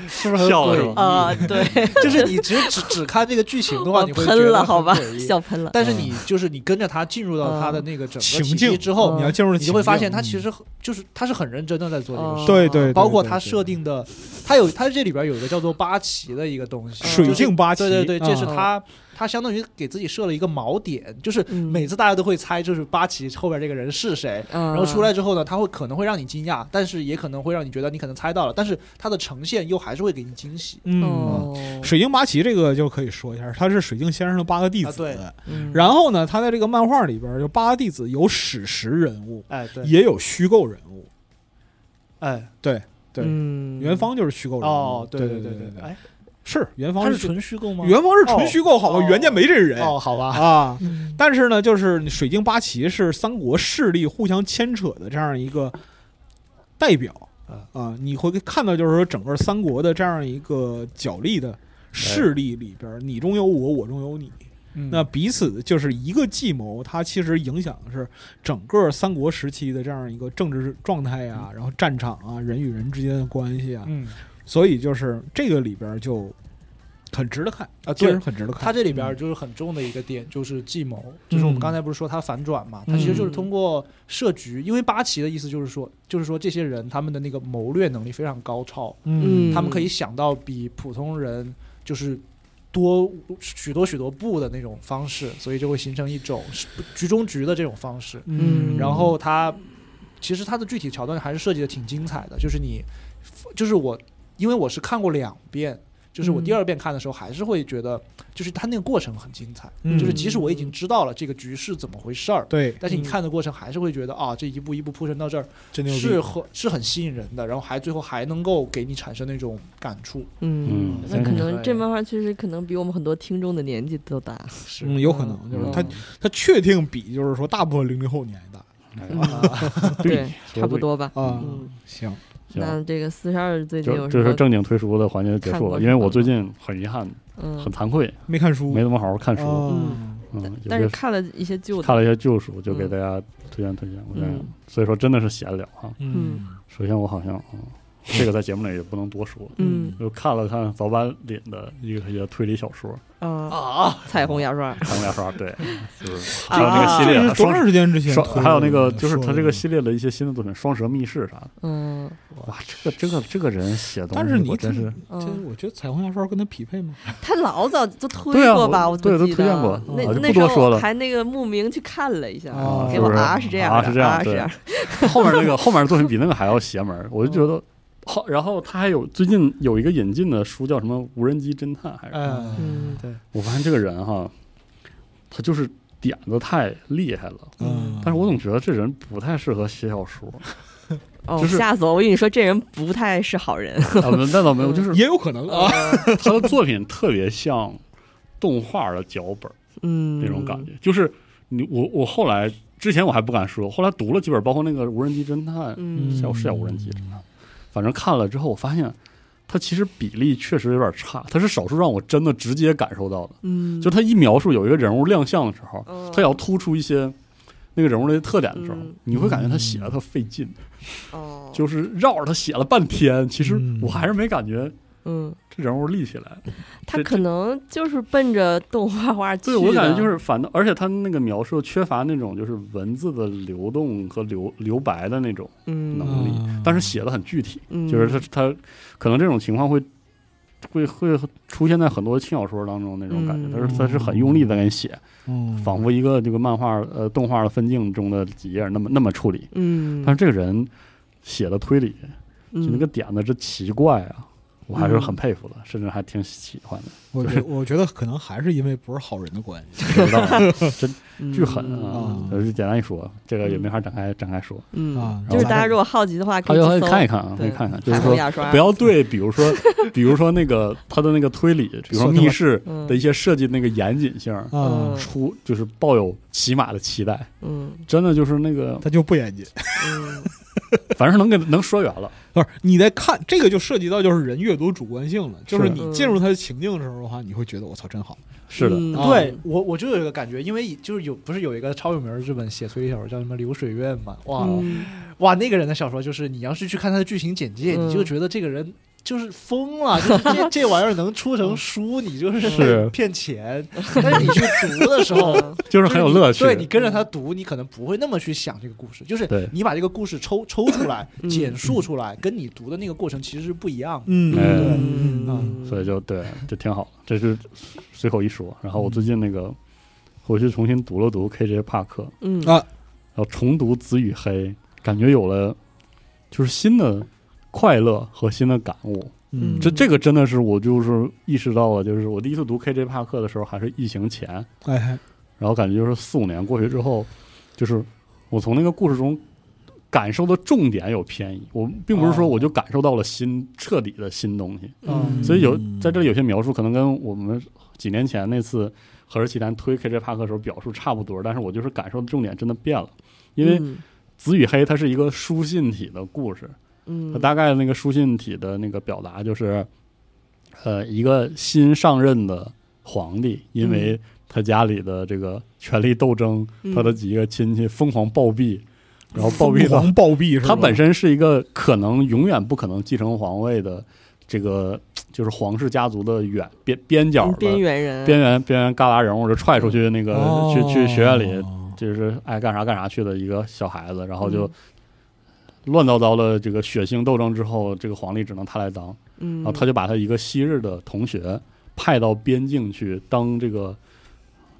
是不是很笑了诡是异吧啊，对， 就是你只只只看这个剧情的话，我你会觉得喷了，很好吧诡，异笑喷了。嗯但是你就是你跟着他进入到他的那个整个情体境系之后，你要进入嗯你就会发现他其情境实很就是他是很认真的在做这个哦事，对对，包括对他设。定的，他有他这里边有一个叫做八旗的一个东西，对水就是镜八旗，对对对，这是啊他他相当于给自己设了一个锚点，就是嗯每次大家都会猜就是八旗后边这个人是谁，嗯，然后出来之后呢，他会可能会让你惊讶，但是也可能会让你觉得你可能猜到了，但是他的呈现又还是会给你惊喜。嗯，哦，水镜八旗这个就可以说一下，他是水镜先生的八个弟啊子。对嗯然后呢，他在这个漫画里边，就八个弟子有史实人物，哎，对，也有虚构人物。哎，对嗯，元芳就是虚构人物。哦，对对对对，对，哎，是元芳他是虚纯虚构吗？元芳是纯虚构，好哦吗？袁家没这人哦，好吧，啊。嗯，但是呢，就是水镜八旗是三国势力互相牵扯的这样一个代表啊啊，你会看到就是说整个三国的这样一个角力的势力里边儿，你中有我，我中有你，嗯那彼此就是一个计谋，它其实影响的是整个三国时期的这样一个政治状态嗯啊，然后战场啊，人与人之间的关系啊，嗯所以就是这个里边儿就很值得看，啊，其对实，很值得看。他这里边就是很重的一个点，就是计谋，就是我们刚才不是说他反转嘛，他其实就是通过设局，因为八旗的意思就是说，就是说这些人他们的那个谋略能力非常高超，嗯他们可以想到比普通人就是多许多许多步的那种方式，所以就会形成一种局中局的这种方式。嗯然后他其实他的具体桥段还是设计的挺精彩的，就是你就是我，因为我是看过两遍。就是我第嗯二遍看的时候，还是会觉得，就是他那个过程很精彩。嗯就是即使我已经知道了这个局势怎么回事儿，对，但是你嗯看的过程还是会觉得啊，这一步一步铺陈到这儿真牛逼是很是很吸引人的，然后还最后还能够给你产生那种感触。嗯嗯，那可能对这漫画确实可能比我们很多听众的年纪都大。是嗯，有可能就是他嗯他确定比就是说大部分零零后年代哎嗯，对，差不多吧。大啊嗯，行，行那这个四十二最近就有什这是么？正经推书的环节结看束过了，什因为么我了最近很遗憾、很嗯，惭愧，没看书，没怎么好好看书，啊嗯，有但是些看了一些旧看的，了一些旧书，就给嗯大家推荐推荐。我觉得嗯，所以说真的是闲聊哈。嗯首先，我好像嗯，这个在节目里也不能多说，嗯又看了看早坂凛的一个一个推理小说《啊，啊，彩虹牙刷，唐牙刷》， 对，就是啊这个这个系列这啊，是多双长时间之前双推的？还有那个就是他这个说系列的一些新的作品，《双蛇密室》啥的。嗯哇，这个这个这个人写的东西，但是你我真是的，这嗯，我觉得彩虹牙刷跟他匹配吗？他老早就对推啊过吧，我怎么对都记推得荐过那啊就那时不多候说我了还那个慕名去看了一下，啊给是我不是啊是这样啊的，是这样啊是对这样， 后面那个后面的作品比那个还要邪门 儿，我就觉哦得好。然后他还有最近有一个引进的书叫什么《无人机侦探》，还是哎嗯，嗯我发现这个人哈，他就是点子太厉害了，嗯，但是我总觉得这人不太适合写小说。 哦，就是吓死我！我跟你说，这人不太是好人。啊，没那倒 没有，就是也有可能啊，他的作品特别像动画的脚本儿嗯， 那种感觉，就是你我我后来之前我还不敢说，后来读了几本，包括那个《无人机侦探》，嗯，叫是叫无人机侦探，反正看了之后，我发现它其实比例确实有点差，它是少数让我真的直接感受到的。嗯，就他一描述有一个人物亮相的时候，嗯他也要突出一些那个人物的特点的时候嗯，你会感觉他写的特费劲，哦，就是绕着他写了半天，其实嗯我还是没感觉嗯，这人物立起来。他这可能就是奔着动画画去对的。我感觉就是反倒，而且他那个描述缺乏那种就是文字的流动和留留白的那种能力，嗯但是写的很具体。嗯，就是他他可能这种情况会会会出现在很多轻小说当中那种感觉，嗯他是他是很用力的给你写，嗯仿佛一个这个漫画呃动画的分镜中的几页那么那么处理。嗯，但是这个人写的推理，就嗯那个点子这奇怪啊，我还是很佩服的，甚至还挺喜欢的。我觉我觉得可能还是因为不是好人的关系。不知道啊 真巨狠啊嗯！我就简单一说，这个也没法展开展开说，嗯啊，就是然后大家如果好奇的话，大可以家去可以搜看一看啊，可以对看看，就海是虹说牙刷，不要对，比如说，比如说那个他的那个推理，比如说密室嗯的一些设计那个严谨性，啊嗯，出就是抱有起码的期待，嗯真的就是那个，他就不严谨。 嗯反正能给能说圆了，不是你在看这个就涉及到就是人阅读主观性了，就是是你进入他的情境的时候的话，你会觉得我操真好。是的，嗯啊对我，我就有一个感觉，因为以就是有不是有一个超有名的日本写推理小说叫什么流水院嘛？哇、嗯哇，那个人的小说就是你要是去看他的剧情简介，嗯你就觉得这个人就是疯了，就是 这这玩意儿能出成书，你就是是骗钱。但是你去读的时候， 嗯 就就是是很有你乐趣。对你跟着他读，你可能不会那么去想这个故事，就是对你把这个故事抽抽出 来、嗯简述出来，跟你读的那个过程其实是不一样的。嗯嗯嗯哎所以就对，就挺好的，这是随口一说。然后我最近那个回去重新读了读 KJ 帕克，嗯啊然后重读《紫与黑》，感觉有了就是新的快乐和新的感悟。嗯这这个真的是我就是意识到了，就是我第一次读 KJ 帕克的时候还是疫情前，哎，然后感觉就是四五年过去之后，就是我从那个故事中感受的重点有偏移，我并不是说哦我就感受到了新彻底的新东西，嗯所以有嗯在这里有些描述可能跟我们几年前那次和氏奇谈推 KJ 帕克的时候表述差不多，但是我就是感受的重点真的变了，因为嗯紫与黑它是一个书信体的故事，嗯它大概那个书信体的那个表达就是，呃，一个新上任的皇帝，因嗯为他家里的这个权力斗争，嗯他的几个亲戚疯狂暴毙，然后暴毙疯到狂暴毙是吧？他本身是一个可能永远不可能继承皇位的这个就是皇室家族的远边边角嗯的边缘人边缘边缘旮旯人物，就踹出去那个、哦去去学院里就是爱干啥干啥去的一个小孩子，然后嗯就乱糟糟的这个血腥斗争之后，这个皇帝只能他来当，嗯然哦后他就把他一个昔日的同学派到边境去当这个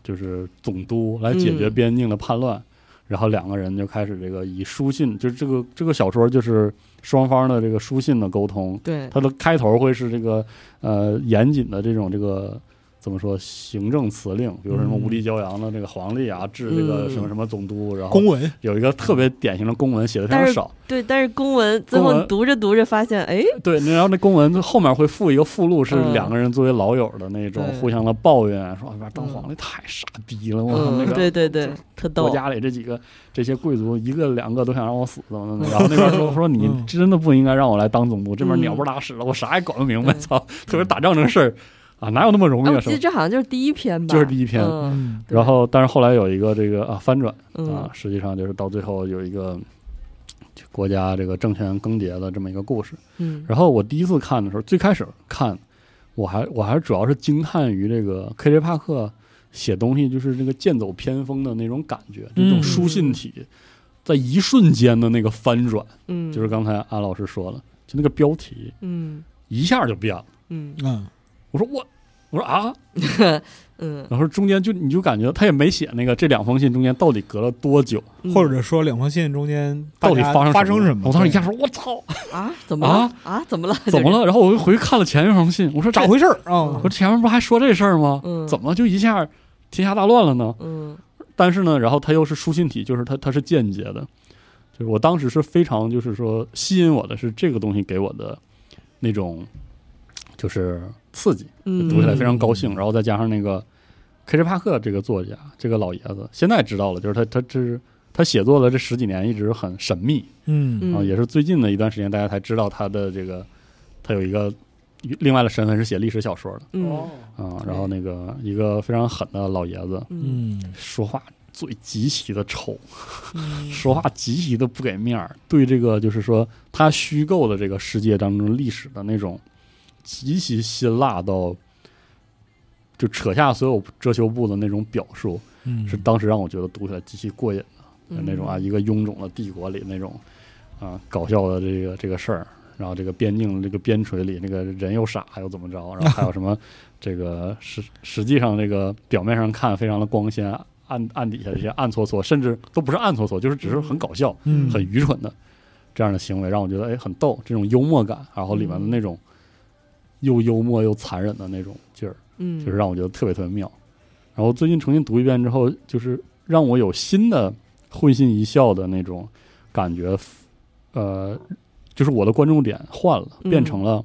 就是总督来解决嗯边境的叛乱，然后两个人就开始这个以书信，就是这个这个小说就是双方的这个书信的沟通，对它的开头会是这个呃严谨的这种这个怎么说行政辞令，比如说什么嗯无理骄阳的这个皇帝啊，致这个什嗯么什么总督，然后公文有一个特别典型的公文写的非但常是少，对，但是公文最公后文你读着读着发现，哎，对，然后那公文后面会附一个附录，是嗯两个人作为老友的那种对互相的抱怨，说哎呀当皇帝太傻逼了，我操那嗯，个对对对， 特国逗，家里这几个这些贵族，一个两个都想让我死，怎么怎么的。然后那边说说你真的不应该让我来当总督，这边鸟不拉屎了，我啥也搞不明嗯白，对操！特别打仗这事儿啊，哪有那么容哎，易我啊？什记么得？这好像就是第一篇吧，就是第一篇嗯对然后，但是后来有一个这个啊翻转啊嗯，实际上就是到最后有一个就国家这个政权更迭的这么一个故事。嗯然后我第一次看的时候，最开始看，我还我还主要是惊叹于这个 KJ 帕克写东西就是那个剑走偏锋的那种感觉，嗯这种书信体在一瞬间的那个翻转，嗯，就是刚才安老师说了，就那个标题嗯一下就变了。嗯嗯我说我。我说啊，嗯，然后中间就你就感觉他也没写那个这两封信中间到底隔了多久，嗯或者说两封信中间到底大家发生发生什什么？我当时一对下说我操，啊，怎么了啊？怎么了？怎么了？然后我又回去看了前一封信，我说这咋回事儿我哦啊说？前面不还说这事儿吗？嗯怎么就一下天下大乱了呢？嗯？但是呢，然后它又是书信体，就是它它是间接的，就是我当时是非常就是说吸引我的是这个东西给我的那种就是刺激，嗯，读起来嗯非常高兴，然后再加上那个 K J 帕克这个作家这个老爷子，现在知道了，就是他他这是他写作了这十几年一直很神秘，嗯嗯啊，也是最近的一段时间大家才知道他的这个他有一个另外的身份是写历史小说的。嗯啊、然后那个一个非常狠的老爷子，嗯嗯说话嘴极其的丑，嗯 说话极其的不给面儿，对这个就是说他虚构的这个世界当中历史的那种极其辛辣到就扯下所有遮羞布的那种表述，嗯是当时让我觉得读起来极其过瘾的、嗯那种啊，一个臃肿的帝国里那种啊搞笑的这个这个事儿。然后这个边境这个边陲里，那个人又傻又怎么着？然后还有什么 这个实实际上这个表面上看非常的光鲜，暗暗底下这些暗搓搓，甚至都不是暗搓搓，就是只是很搞笑、嗯很嗯愚蠢的这样的行为，让我觉得哎很逗，这种幽默感，然后里面的那种又幽默又残忍的那种劲儿，嗯，就是让我觉得特别特别妙。然后最近重新读一遍之后，就是让我有新的会心一笑的那种感觉，呃，就是我的关注点换了，嗯变成了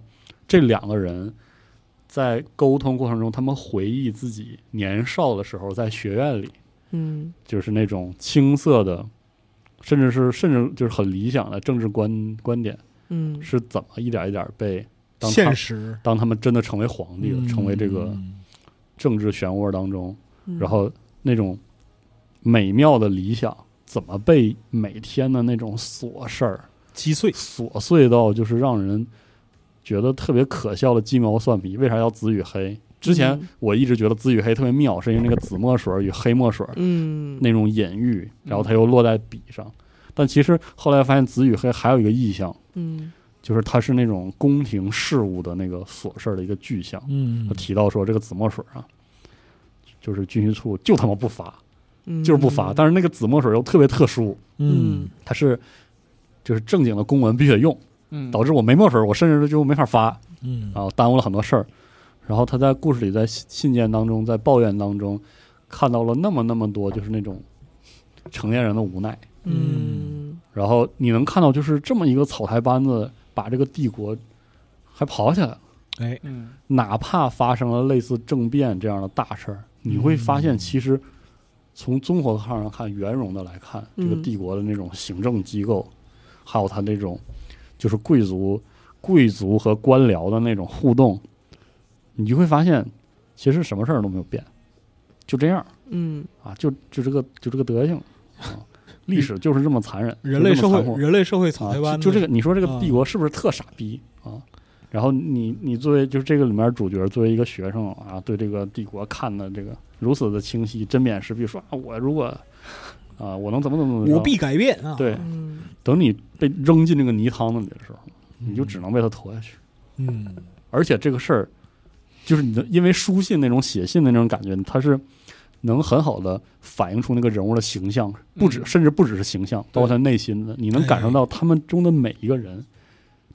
这两个人在沟通过程中，他们回忆自己年少的时候在学院里，嗯就是那种青涩的，甚至是甚至就是很理想的政治观观点嗯是怎么一点一点被当他现实，当他们真的成为皇帝了，嗯成为这个嗯政治漩涡当中，嗯然后那种美妙的理想怎么被每天的那种琐事儿击碎，琐碎到就是让人觉得特别可笑的鸡毛蒜皮？为啥要紫与黑？之前嗯我一直觉得紫与黑特别妙，是因为那个紫墨水与黑墨水嗯那种隐喻，然后它又落在笔上。但其实后来发现紫与黑还有一个意象，嗯就是它是那种宫廷事务的那个琐事儿的一个具象。嗯他，提到说这个紫墨水啊，就是军需处就他妈不发，嗯就是不发。但是那个紫墨水又特别特殊，嗯它是就是正经的公文必须得用，嗯导致我没墨水，我甚至就没法发，嗯然后耽误了很多事儿。然后他在故事里，在信信件当中，在抱怨当中，看到了那么那么多，就是那种成年人的无奈。嗯然后你能看到，就是这么一个草台班子，把这个帝国还跑起来了。哎，嗯哪怕发生了类似政变这样的大事儿，你会发嗯现，其实从综合上上看，圆融的来看，这嗯个帝国的那种行政机构，还有它那种就是贵族、贵族和官僚的那种互动，你就会发现，其实什么事儿都没有变，就这样嗯啊，就就这个就这个德行啊，历史就是这么残忍，人类就这社么会残酷，人类社会草台啊班就，就这个，个，你说这个啊帝国是不是特傻逼啊？然后你你作为就是这个里面主角，作为一个学生啊，对这个帝国看的这个如此的清晰，针砭时弊，说啊，我如果啊，我能怎么怎么怎么着，我必改变啊，，对。嗯等你被扔进这个泥汤子里的时候，你就只，能被他拖下去。嗯而且这个事儿，就是你的，因为书信那种写信的那种感觉，它是能很好的反映出那个人物的形象，不止、嗯甚至不只是形象，包括他内心的，你能感受到他们中的每一个人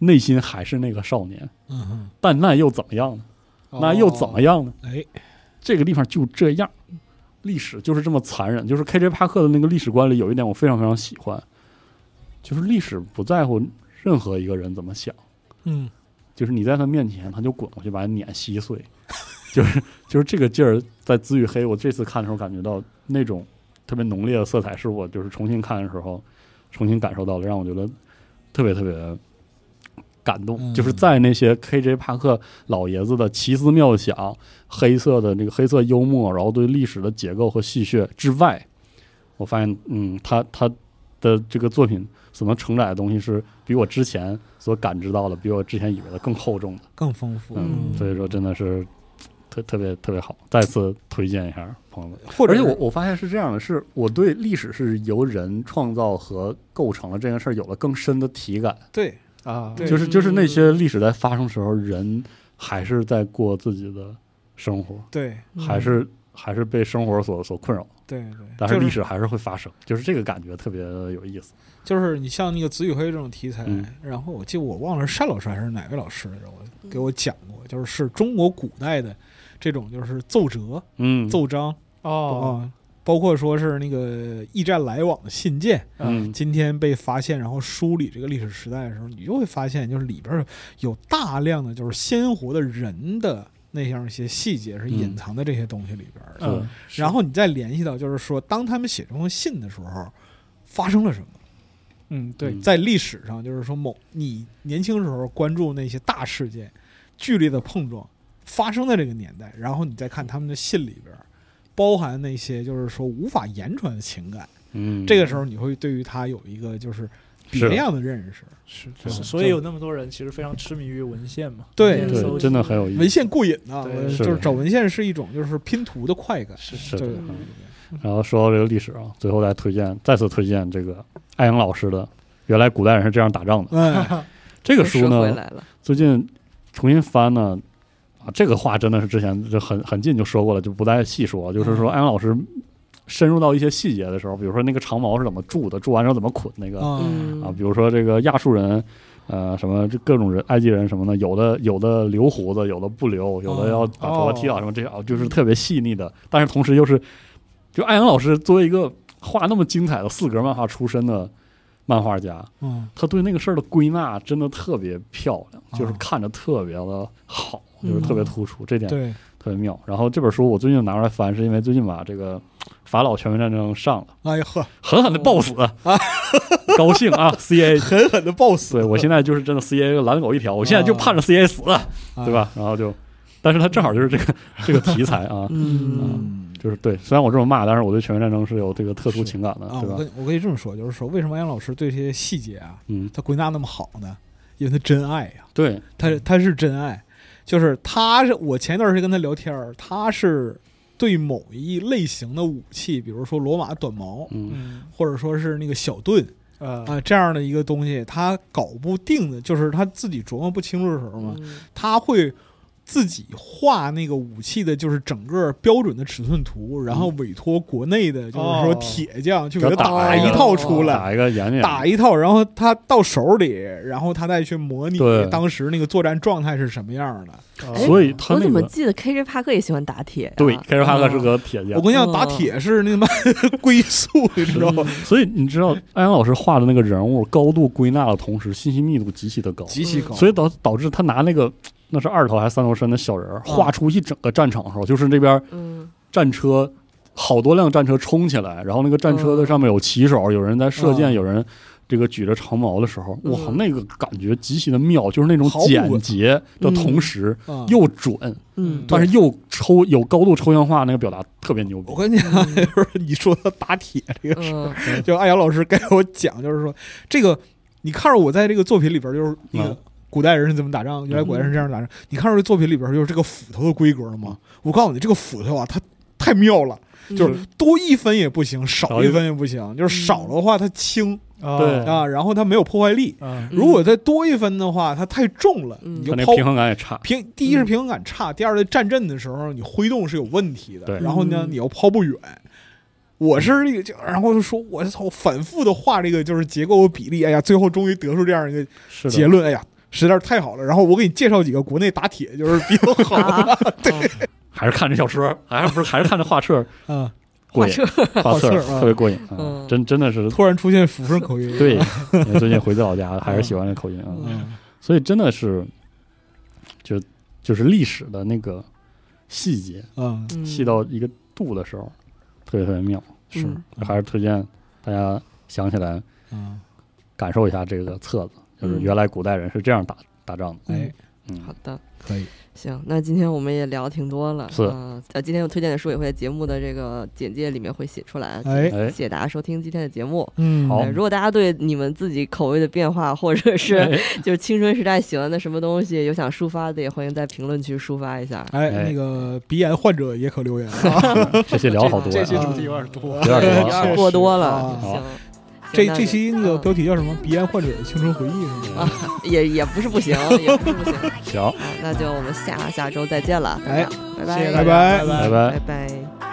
内心还是那个少年，嗯哼，但那又怎么样呢？哦那又怎么样呢？哎，这个地方就这样，历史就是这么残忍。就是 K.J. 帕克的那个历史观里有一点我非常非常喜欢，就是历史不在乎任何一个人怎么想。嗯就是你在他面前，他就滚过去把你碾稀碎， 就是就是这个劲儿，在《紫与黑》，我这次看的时候感觉到那种特别浓烈的色彩，是我就是重新看的时候重新感受到的，让我觉得特别特别感动。嗯就是在那些 K.J. 帕克老爷子的奇思妙想、黑色的这个黑色幽默，然后对历史的解构和戏谑之外，我发现，嗯，他他的这个作品所能承载的东西是比我之前所感知到的，比我之前以为的更厚重的。更丰富，嗯，所以说真的是特特别特别好，再次推荐一下朋友们。嗯或者而且我是我发现是这样的，是我对历史是由人创造和构成了这件事儿有了更深的体感，对啊？对嗯就是就是那些历史在发生时候，人还是在过自己的生活，对嗯还是还是被生活所所困扰，对但对，是嗯就历是史还是会发生，就是这个感觉特别有意思。就是你像那个紫与黑这种题材嗯，然后我记得我忘了是单老师还是哪位老师来着，我给我讲过，就是是中国古代的这种就是奏折、嗯，奏章哦，啊，包括说是那个驿站来往的信件，嗯今天被发现，然后梳理这个历史时代的时候，你就会发现，就是里边儿有大量的就是鲜活的人的那样一些细节是隐藏在这些东西里边儿的。嗯嗯，是然后你再联系到，就是说，当他们写这封信的时候，发生了什么？嗯，对，嗯在历史上，就是说某你年轻时候关注那些大事件，剧烈的碰撞发生在这个年代，然后你再看他们的信里边儿，包含那些就是说无法言传的情感。嗯，这个时候你会对于他有一个就是别样的认识。是，是所所以有那么多人其实非常痴迷于文献嘛，对文献搜对集真的很有意思。文献过瘾呐，对我是就的是找文献是一种就是拼图的快感。是是的对对嗯然后说到这个历史啊，最后再推荐，再次推荐这个艾阳老师的《原来古代人是这样打仗的》哎，这这个书回呢，来了，最近重新翻呢，啊，这个话真的是之前就很很近就说过了，就不再细嗯说。就是说，艾阳老师深入到一些细节的时候，比如说那个长矛是怎么铸的，铸完之后怎么捆那个、啊，嗯啊，比如说这个亚述人呃，什么这各种人，埃及人什么的，有的有的留胡子，有的不留，有的要把头发剃掉，什么这些啊，就是特别细腻的。但是同时又是，就艾阳老师作为一个画那么精彩的四格漫画出身的漫画家， 嗯他对那个事儿的归纳真的特别漂亮，就是啊看着特别的好，就是特别突出，这点对特别妙。然后这本书我最近拿出来翻，是因为最近把这个法老全面战争上了，哎呀呵，狠狠的暴死啊， 高兴 啊，CA 哦狠狠的暴死，啊对我现在就是真的 CA 懒狗一条，我现在就盼着 CA 死，哎对吧？然后就，但是他正好就是这个这个题材啊，嗯，嗯就是对，虽然我这么骂，但是我对全面战争是有这个特殊是情感的，啊，对我吧？跟我可以这么说，就是说为什么安老师对这些细节啊，嗯，他归纳那么好呢？因为他真爱呀、对，他他是真爱，就是他是我前一段时间跟他聊天儿，他是对某一类型的武器，比如说罗马短矛，嗯嗯或者说是那个小盾呃啊、这样的一个东西，他搞不定的，就是他自己琢磨不清楚的时候嘛，嗯他会自己画那个武器的，就是整个标准的尺寸图，然后委托国内的，就是说哦铁匠去给他给他打一一个套出哦来，打一个演练，打一套，然后他到手里，然后他再去模拟对当时那个作战状态是什么样的。哎所以他我那怎么个记得 KJ 帕克也喜欢打铁呀？对，凯瑞哈克是个铁匠啊我，跟你讲，嗯打铁是那他妈 龟速，你知道吗？所以你知道艾阳老师画的那个人物高度归纳的同时，信息密度极其的高，极其高，所以导导致他拿那个那是二头还是三头身的小人儿画出一整个战场的时候，就是这边嗯，战车好多辆战车冲起来，然后那个战车的上面有骑手，有人在射箭，嗯有人这个举着长矛的时候，嗯哇，那个感觉极其的妙，就是那种毫不简洁的同时嗯又准，嗯，但是又抽有高度抽象化，那个表达特别牛逼我。跟你讲，就是你说到打铁这个事儿， 嗯，就艾阳老师该给我讲，就是说这个，你看着我在这个作品里边，就是那个嗯古代人是怎么打仗，原来古代人是这样打仗。你看着这作品里边，就是这个斧头的规格了吗？我告诉你，这个斧头啊，它太妙了，就是嗯多一分也不行，少少一一分也不行，就是少的话它轻哦对啊，然后它没有破坏力。啊如果再多一分的话，它太重了，嗯你他就那抛平衡感也差，平。第一是嗯平衡感差，第二在战阵的时候你挥动是有问题的，对然后呢嗯你又抛不远。我是那个就，然后就说，我操，反复的画这个就是结构和比例，哎呀，最后终于得出这样一个是的结论，哎呀，实在是太好了。然后我给你介绍几个国内打铁就是比较好啊，还是看这小说，还是不是还是看这画册啊。过画瘾册，，画册画册啊特别过瘾，啊嗯真真的是突然出现抚顺口音，对，我最近回到老家还是喜欢这口音啊。嗯，所以真的是，就就是历史的那个细节，嗯 嗯细到一个度的时候，特别特别妙。是嗯还是推荐大家想起来嗯，感受一下这个册子，就是嗯原来古代人是这样打打仗的。哎，嗯好，的。可以，行，那今天我们也聊挺多了，是啊呃，今天我推荐的书也会在节目的这个简介里面会写出来，哎，哎，谢谢大家收听今天的节目。嗯，好呃嗯如果大家对你们自己口味的变化，或者是哎 就是青春时代喜欢的什么东西，有想抒发的，也欢迎在评论区抒发一下。哎，哎那个鼻炎患者也可留言啊。这些聊好多这呀期，主题有点多有，点有多点啊。过多了啊，行好。这行那这期那个嗯标题叫什么？鼻炎患者的青春回忆是吗？也也不是不 行，也不是不行。啊行，好，那就我们下下周再见了，拜哎谢嗯拜，谢大家拜拜嗯拜拜拜拜。 I